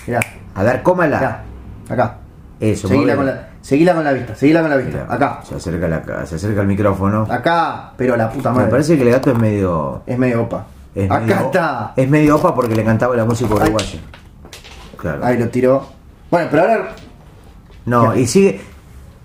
[SPEAKER 1] Mirá,
[SPEAKER 2] a ver, cómala.
[SPEAKER 1] acá, acá.
[SPEAKER 2] Eso,
[SPEAKER 1] Seguila
[SPEAKER 2] movela.
[SPEAKER 1] con, la, seguila con la vista, seguila con la vista.
[SPEAKER 2] Mirá,
[SPEAKER 1] Acá,
[SPEAKER 2] Se acerca, la ca- se acerca el micrófono.
[SPEAKER 1] acá, pero la puta
[SPEAKER 2] Me
[SPEAKER 1] madre.
[SPEAKER 2] parece que el gato es medio.
[SPEAKER 1] Es medio opa.
[SPEAKER 2] es
[SPEAKER 1] acá
[SPEAKER 2] medio-
[SPEAKER 1] está.
[SPEAKER 2] Es medio opa porque le encantaba la música
[SPEAKER 1] Ay.
[SPEAKER 2] uruguaya. Claro.
[SPEAKER 1] Ahí lo tiró. Bueno, pero ahora.
[SPEAKER 2] No, y sigue.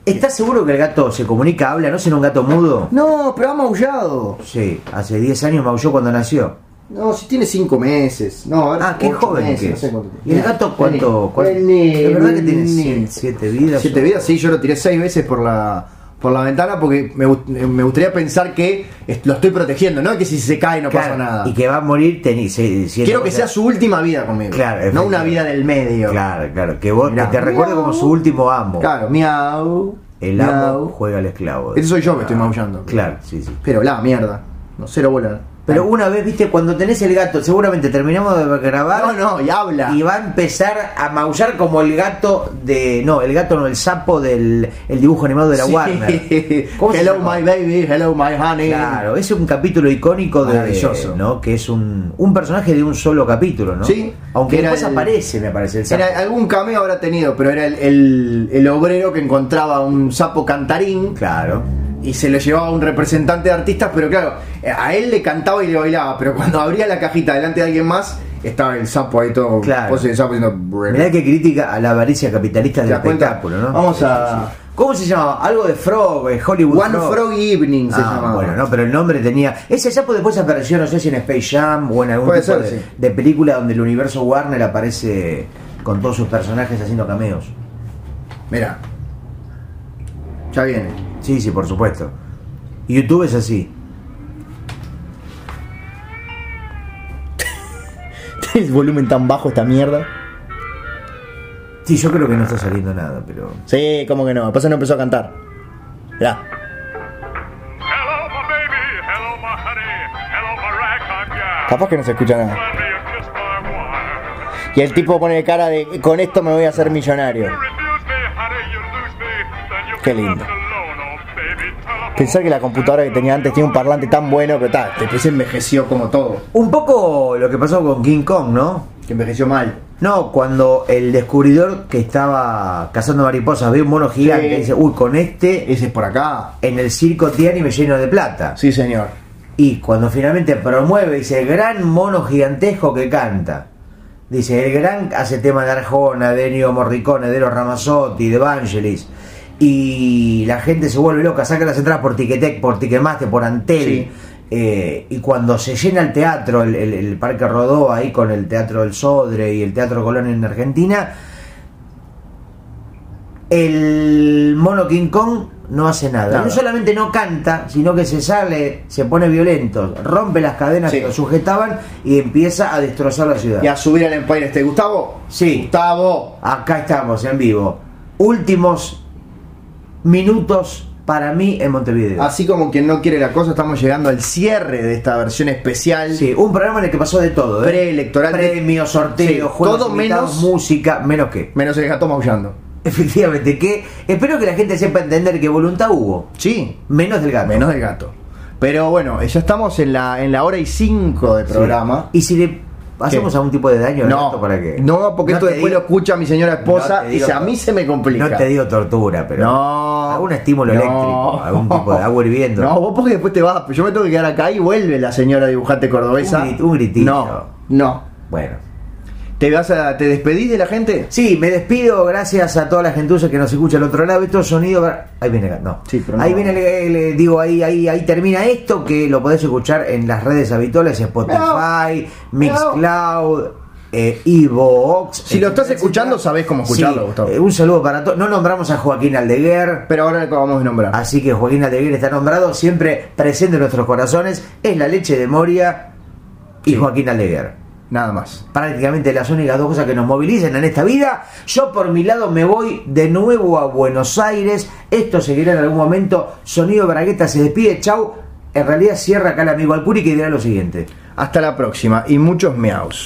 [SPEAKER 2] ¿Estás seguro que el gato se comunica, habla, no será un gato mudo?
[SPEAKER 1] No, pero ha maullado.
[SPEAKER 2] Sí, hace 10 años maulló cuando nació.
[SPEAKER 1] No, si tiene 5 meses. No, ahora
[SPEAKER 2] Ah, qué
[SPEAKER 1] ocho
[SPEAKER 2] joven
[SPEAKER 1] meses,
[SPEAKER 2] que
[SPEAKER 1] no
[SPEAKER 2] es.
[SPEAKER 1] sé cuánto tiene.
[SPEAKER 2] ¿Y el gato cuánto?
[SPEAKER 1] Vení,
[SPEAKER 2] cuál-
[SPEAKER 1] vení,
[SPEAKER 2] ¿Es verdad que
[SPEAKER 1] vení.
[SPEAKER 2] tiene cien- siete vidas?
[SPEAKER 1] Siete vidas, sí, yo lo tiré seis veces por la por la ventana porque me, gust- me gustaría pensar que est- lo estoy protegiendo, no que si se cae no pasa
[SPEAKER 2] Claro,
[SPEAKER 1] nada.
[SPEAKER 2] Y que va a morir teni- se- siendo-
[SPEAKER 1] Quiero que sea su última vida conmigo,
[SPEAKER 2] Claro,
[SPEAKER 1] no una
[SPEAKER 2] efectivamente.
[SPEAKER 1] vida del medio.
[SPEAKER 2] Claro, claro. Que vos
[SPEAKER 1] Mirá.
[SPEAKER 2] que te recuerde como su último amo.
[SPEAKER 1] Claro, miau.
[SPEAKER 2] El amo
[SPEAKER 1] miau.
[SPEAKER 2] juega al esclavo.
[SPEAKER 1] Ese soy yo que estoy maullando.
[SPEAKER 2] Claro, sí, sí.
[SPEAKER 1] Pero la mierda, no cero bola.
[SPEAKER 2] Pero una vez, viste, cuando tenés el gato, seguramente terminamos de grabar
[SPEAKER 1] no, no, y habla.
[SPEAKER 2] y va a empezar a maullar como el gato de. No, el gato no, el sapo del el dibujo animado de la
[SPEAKER 1] Sí.
[SPEAKER 2] Warner. ¿Cómo se
[SPEAKER 1] Hello
[SPEAKER 2] llama?
[SPEAKER 1] my baby, hello my honey.
[SPEAKER 2] Claro, es un capítulo icónico de
[SPEAKER 1] Maravilloso.
[SPEAKER 2] ¿no? Que es un, un personaje de un solo capítulo, ¿no?
[SPEAKER 1] Sí.
[SPEAKER 2] Aunque
[SPEAKER 1] Era
[SPEAKER 2] después
[SPEAKER 1] el-
[SPEAKER 2] aparece, me parece, el sapo.
[SPEAKER 1] Era- algún cameo habrá tenido, pero era el, el- el obrero que encontraba un sapo cantarín
[SPEAKER 2] Claro.
[SPEAKER 1] y se lo llevaba a un representante de artistas, pero claro, a él le cantaba y le bailaba, pero cuando abría la cajita delante de alguien más, estaba el sapo ahí todo
[SPEAKER 2] Claro.
[SPEAKER 1] pose de sapo diciendo
[SPEAKER 2] Mirá que crítica a la avaricia capitalista
[SPEAKER 1] ¿Te
[SPEAKER 2] del
[SPEAKER 1] das cuenta?
[SPEAKER 2] espectáculo, ¿no?
[SPEAKER 1] Vamos a-
[SPEAKER 2] ¿Cómo se llamaba? Algo de Frog, eh, Hollywood
[SPEAKER 1] One Frog Evening se
[SPEAKER 2] Ah,
[SPEAKER 1] llamaba.
[SPEAKER 2] bueno, no, pero el nombre tenía. Ese sapo después apareció, no sé si en Space Jam o en algún
[SPEAKER 1] Puede
[SPEAKER 2] tipo
[SPEAKER 1] ser,
[SPEAKER 2] de,
[SPEAKER 1] sí.
[SPEAKER 2] de película donde el universo Warner aparece con todos sus personajes haciendo cameos.
[SPEAKER 1] Mira. Ya viene.
[SPEAKER 2] Sí, sí, por supuesto. YouTube es así.
[SPEAKER 1] El volumen tan bajo esta mierda.
[SPEAKER 2] Sí, yo creo que no está saliendo nada, pero.
[SPEAKER 1] Sí, como que no. Pasa no empezó a cantar. Mirá.
[SPEAKER 3] Hello, my baby. Hello, my honey. Hello, my ragtime gal.
[SPEAKER 1] Capaz que no se escucha nada.
[SPEAKER 3] Lend me a kiss, my
[SPEAKER 1] Y
[SPEAKER 3] wife.
[SPEAKER 1] el tipo pone cara de con esto me voy a hacer millonario.
[SPEAKER 3] You refuse me, honey, you lose me. Then you're
[SPEAKER 1] Qué lindo.
[SPEAKER 3] left alone, oh, baby. Telephone.
[SPEAKER 1] Pensar que la computadora que tenía antes tenía un parlante tan bueno, pero tal, después envejeció como todo.
[SPEAKER 2] Un poco lo que pasó con King Kong, ¿no?
[SPEAKER 1] Que envejeció mal.
[SPEAKER 2] No, cuando el descubridor que estaba cazando mariposas ve un mono gigante
[SPEAKER 1] Sí.
[SPEAKER 2] y dice, uy, con este
[SPEAKER 1] Ese es por acá.
[SPEAKER 2] en el circo tiene y me lleno de plata.
[SPEAKER 1] Sí, señor.
[SPEAKER 2] Y cuando finalmente promueve, dice, el gran mono gigantesco que canta. Dice, el gran hace tema de Arjona, de Ennio Morricone, de los Ramazzotti, de Evangelis. Y la gente se vuelve loca, saca las entradas por Tiquetec, por Tiquemaster, por Antel.
[SPEAKER 1] Sí.
[SPEAKER 2] Eh, y cuando se llena el teatro, el, el- el Parque Rodó, ahí con el Teatro del Sodre y el Teatro Colón en Argentina, el mono King Kong no hace nada.
[SPEAKER 1] Nada.
[SPEAKER 2] No solamente no canta, sino que se sale, se pone violento, rompe las cadenas
[SPEAKER 1] Sí.
[SPEAKER 2] que lo sujetaban y empieza a destrozar la ciudad.
[SPEAKER 1] Y a subir al Empire State. ¿Gustavo?
[SPEAKER 2] Sí.
[SPEAKER 1] Gustavo.
[SPEAKER 2] Acá estamos en vivo. Últimos minutos para mí en Montevideo.
[SPEAKER 1] Así como quien no quiere la cosa, estamos llegando al cierre de esta versión especial.
[SPEAKER 2] Sí, un programa en el que pasó de todo. ¿eh?
[SPEAKER 1] Preelectoral.
[SPEAKER 2] Premios, sorteos,
[SPEAKER 1] Sí,
[SPEAKER 2] juegos,
[SPEAKER 1] todo
[SPEAKER 2] invitados,
[SPEAKER 1] menos-
[SPEAKER 2] música, menos que.
[SPEAKER 1] Menos el gato maullando.
[SPEAKER 2] Efectivamente, que espero que la gente sepa entender que voluntad hubo.
[SPEAKER 1] Sí.
[SPEAKER 2] Menos del gato.
[SPEAKER 1] Menos del gato. Pero bueno, eh, ya estamos en la, en la hora y cinco de
[SPEAKER 2] Sí.
[SPEAKER 1] programa.
[SPEAKER 2] Y si le hacemos algún tipo de daño al gato para que.
[SPEAKER 1] no, porque esto
[SPEAKER 2] te
[SPEAKER 1] después
[SPEAKER 2] digo-
[SPEAKER 1] lo escucha mi señora esposa
[SPEAKER 2] No te
[SPEAKER 1] y
[SPEAKER 2] digo-
[SPEAKER 1] se- a mí se me complica.
[SPEAKER 2] No te digo tortura, pero.
[SPEAKER 1] No.
[SPEAKER 2] Algún estímulo
[SPEAKER 1] No.
[SPEAKER 2] eléctrico, algún tipo de agua hirviendo.
[SPEAKER 1] No, vos porque después te vas, pero yo me tengo que quedar acá y vuelve la señora dibujante cordobesa.
[SPEAKER 2] Un grit- un gritito.
[SPEAKER 1] No, no.
[SPEAKER 2] Bueno.
[SPEAKER 1] ¿Te vas a, te despedís de la gente?
[SPEAKER 2] Sí, me despido, gracias a toda la gentuza que nos escucha al otro lado. Estos sonidos. Ahí viene el gato, no.
[SPEAKER 1] Sí, pero no.
[SPEAKER 2] Ahí viene el, el- digo, ahí, ahí, ahí termina esto que lo podés escuchar en las redes habituales, Spotify, Mixcloud, eh, Evox.
[SPEAKER 1] Si lo estás
[SPEAKER 2] etcétera,
[SPEAKER 1] escuchando,
[SPEAKER 2] etcétera.
[SPEAKER 1] sabés cómo escucharlo, Gustavo.
[SPEAKER 2] eh, un saludo para todos. No nombramos a Joaquín Aldeguer.
[SPEAKER 1] Pero ahora lo acabamos de nombrar.
[SPEAKER 2] Así que Joaquín Aldeguer está nombrado siempre presente en nuestros corazones. Es la leche de Moria y Joaquín Aldeguer.
[SPEAKER 1] Nada más.
[SPEAKER 2] Prácticamente las únicas dos cosas que nos movilizan en esta vida. Yo por mi lado me voy de nuevo a Buenos Aires. Esto seguirá en algún momento. Sonido Bragueta se despide. Chau. En realidad cierra acá el amigo Alcuri que dirá lo siguiente.
[SPEAKER 1] Hasta la próxima y muchos meows.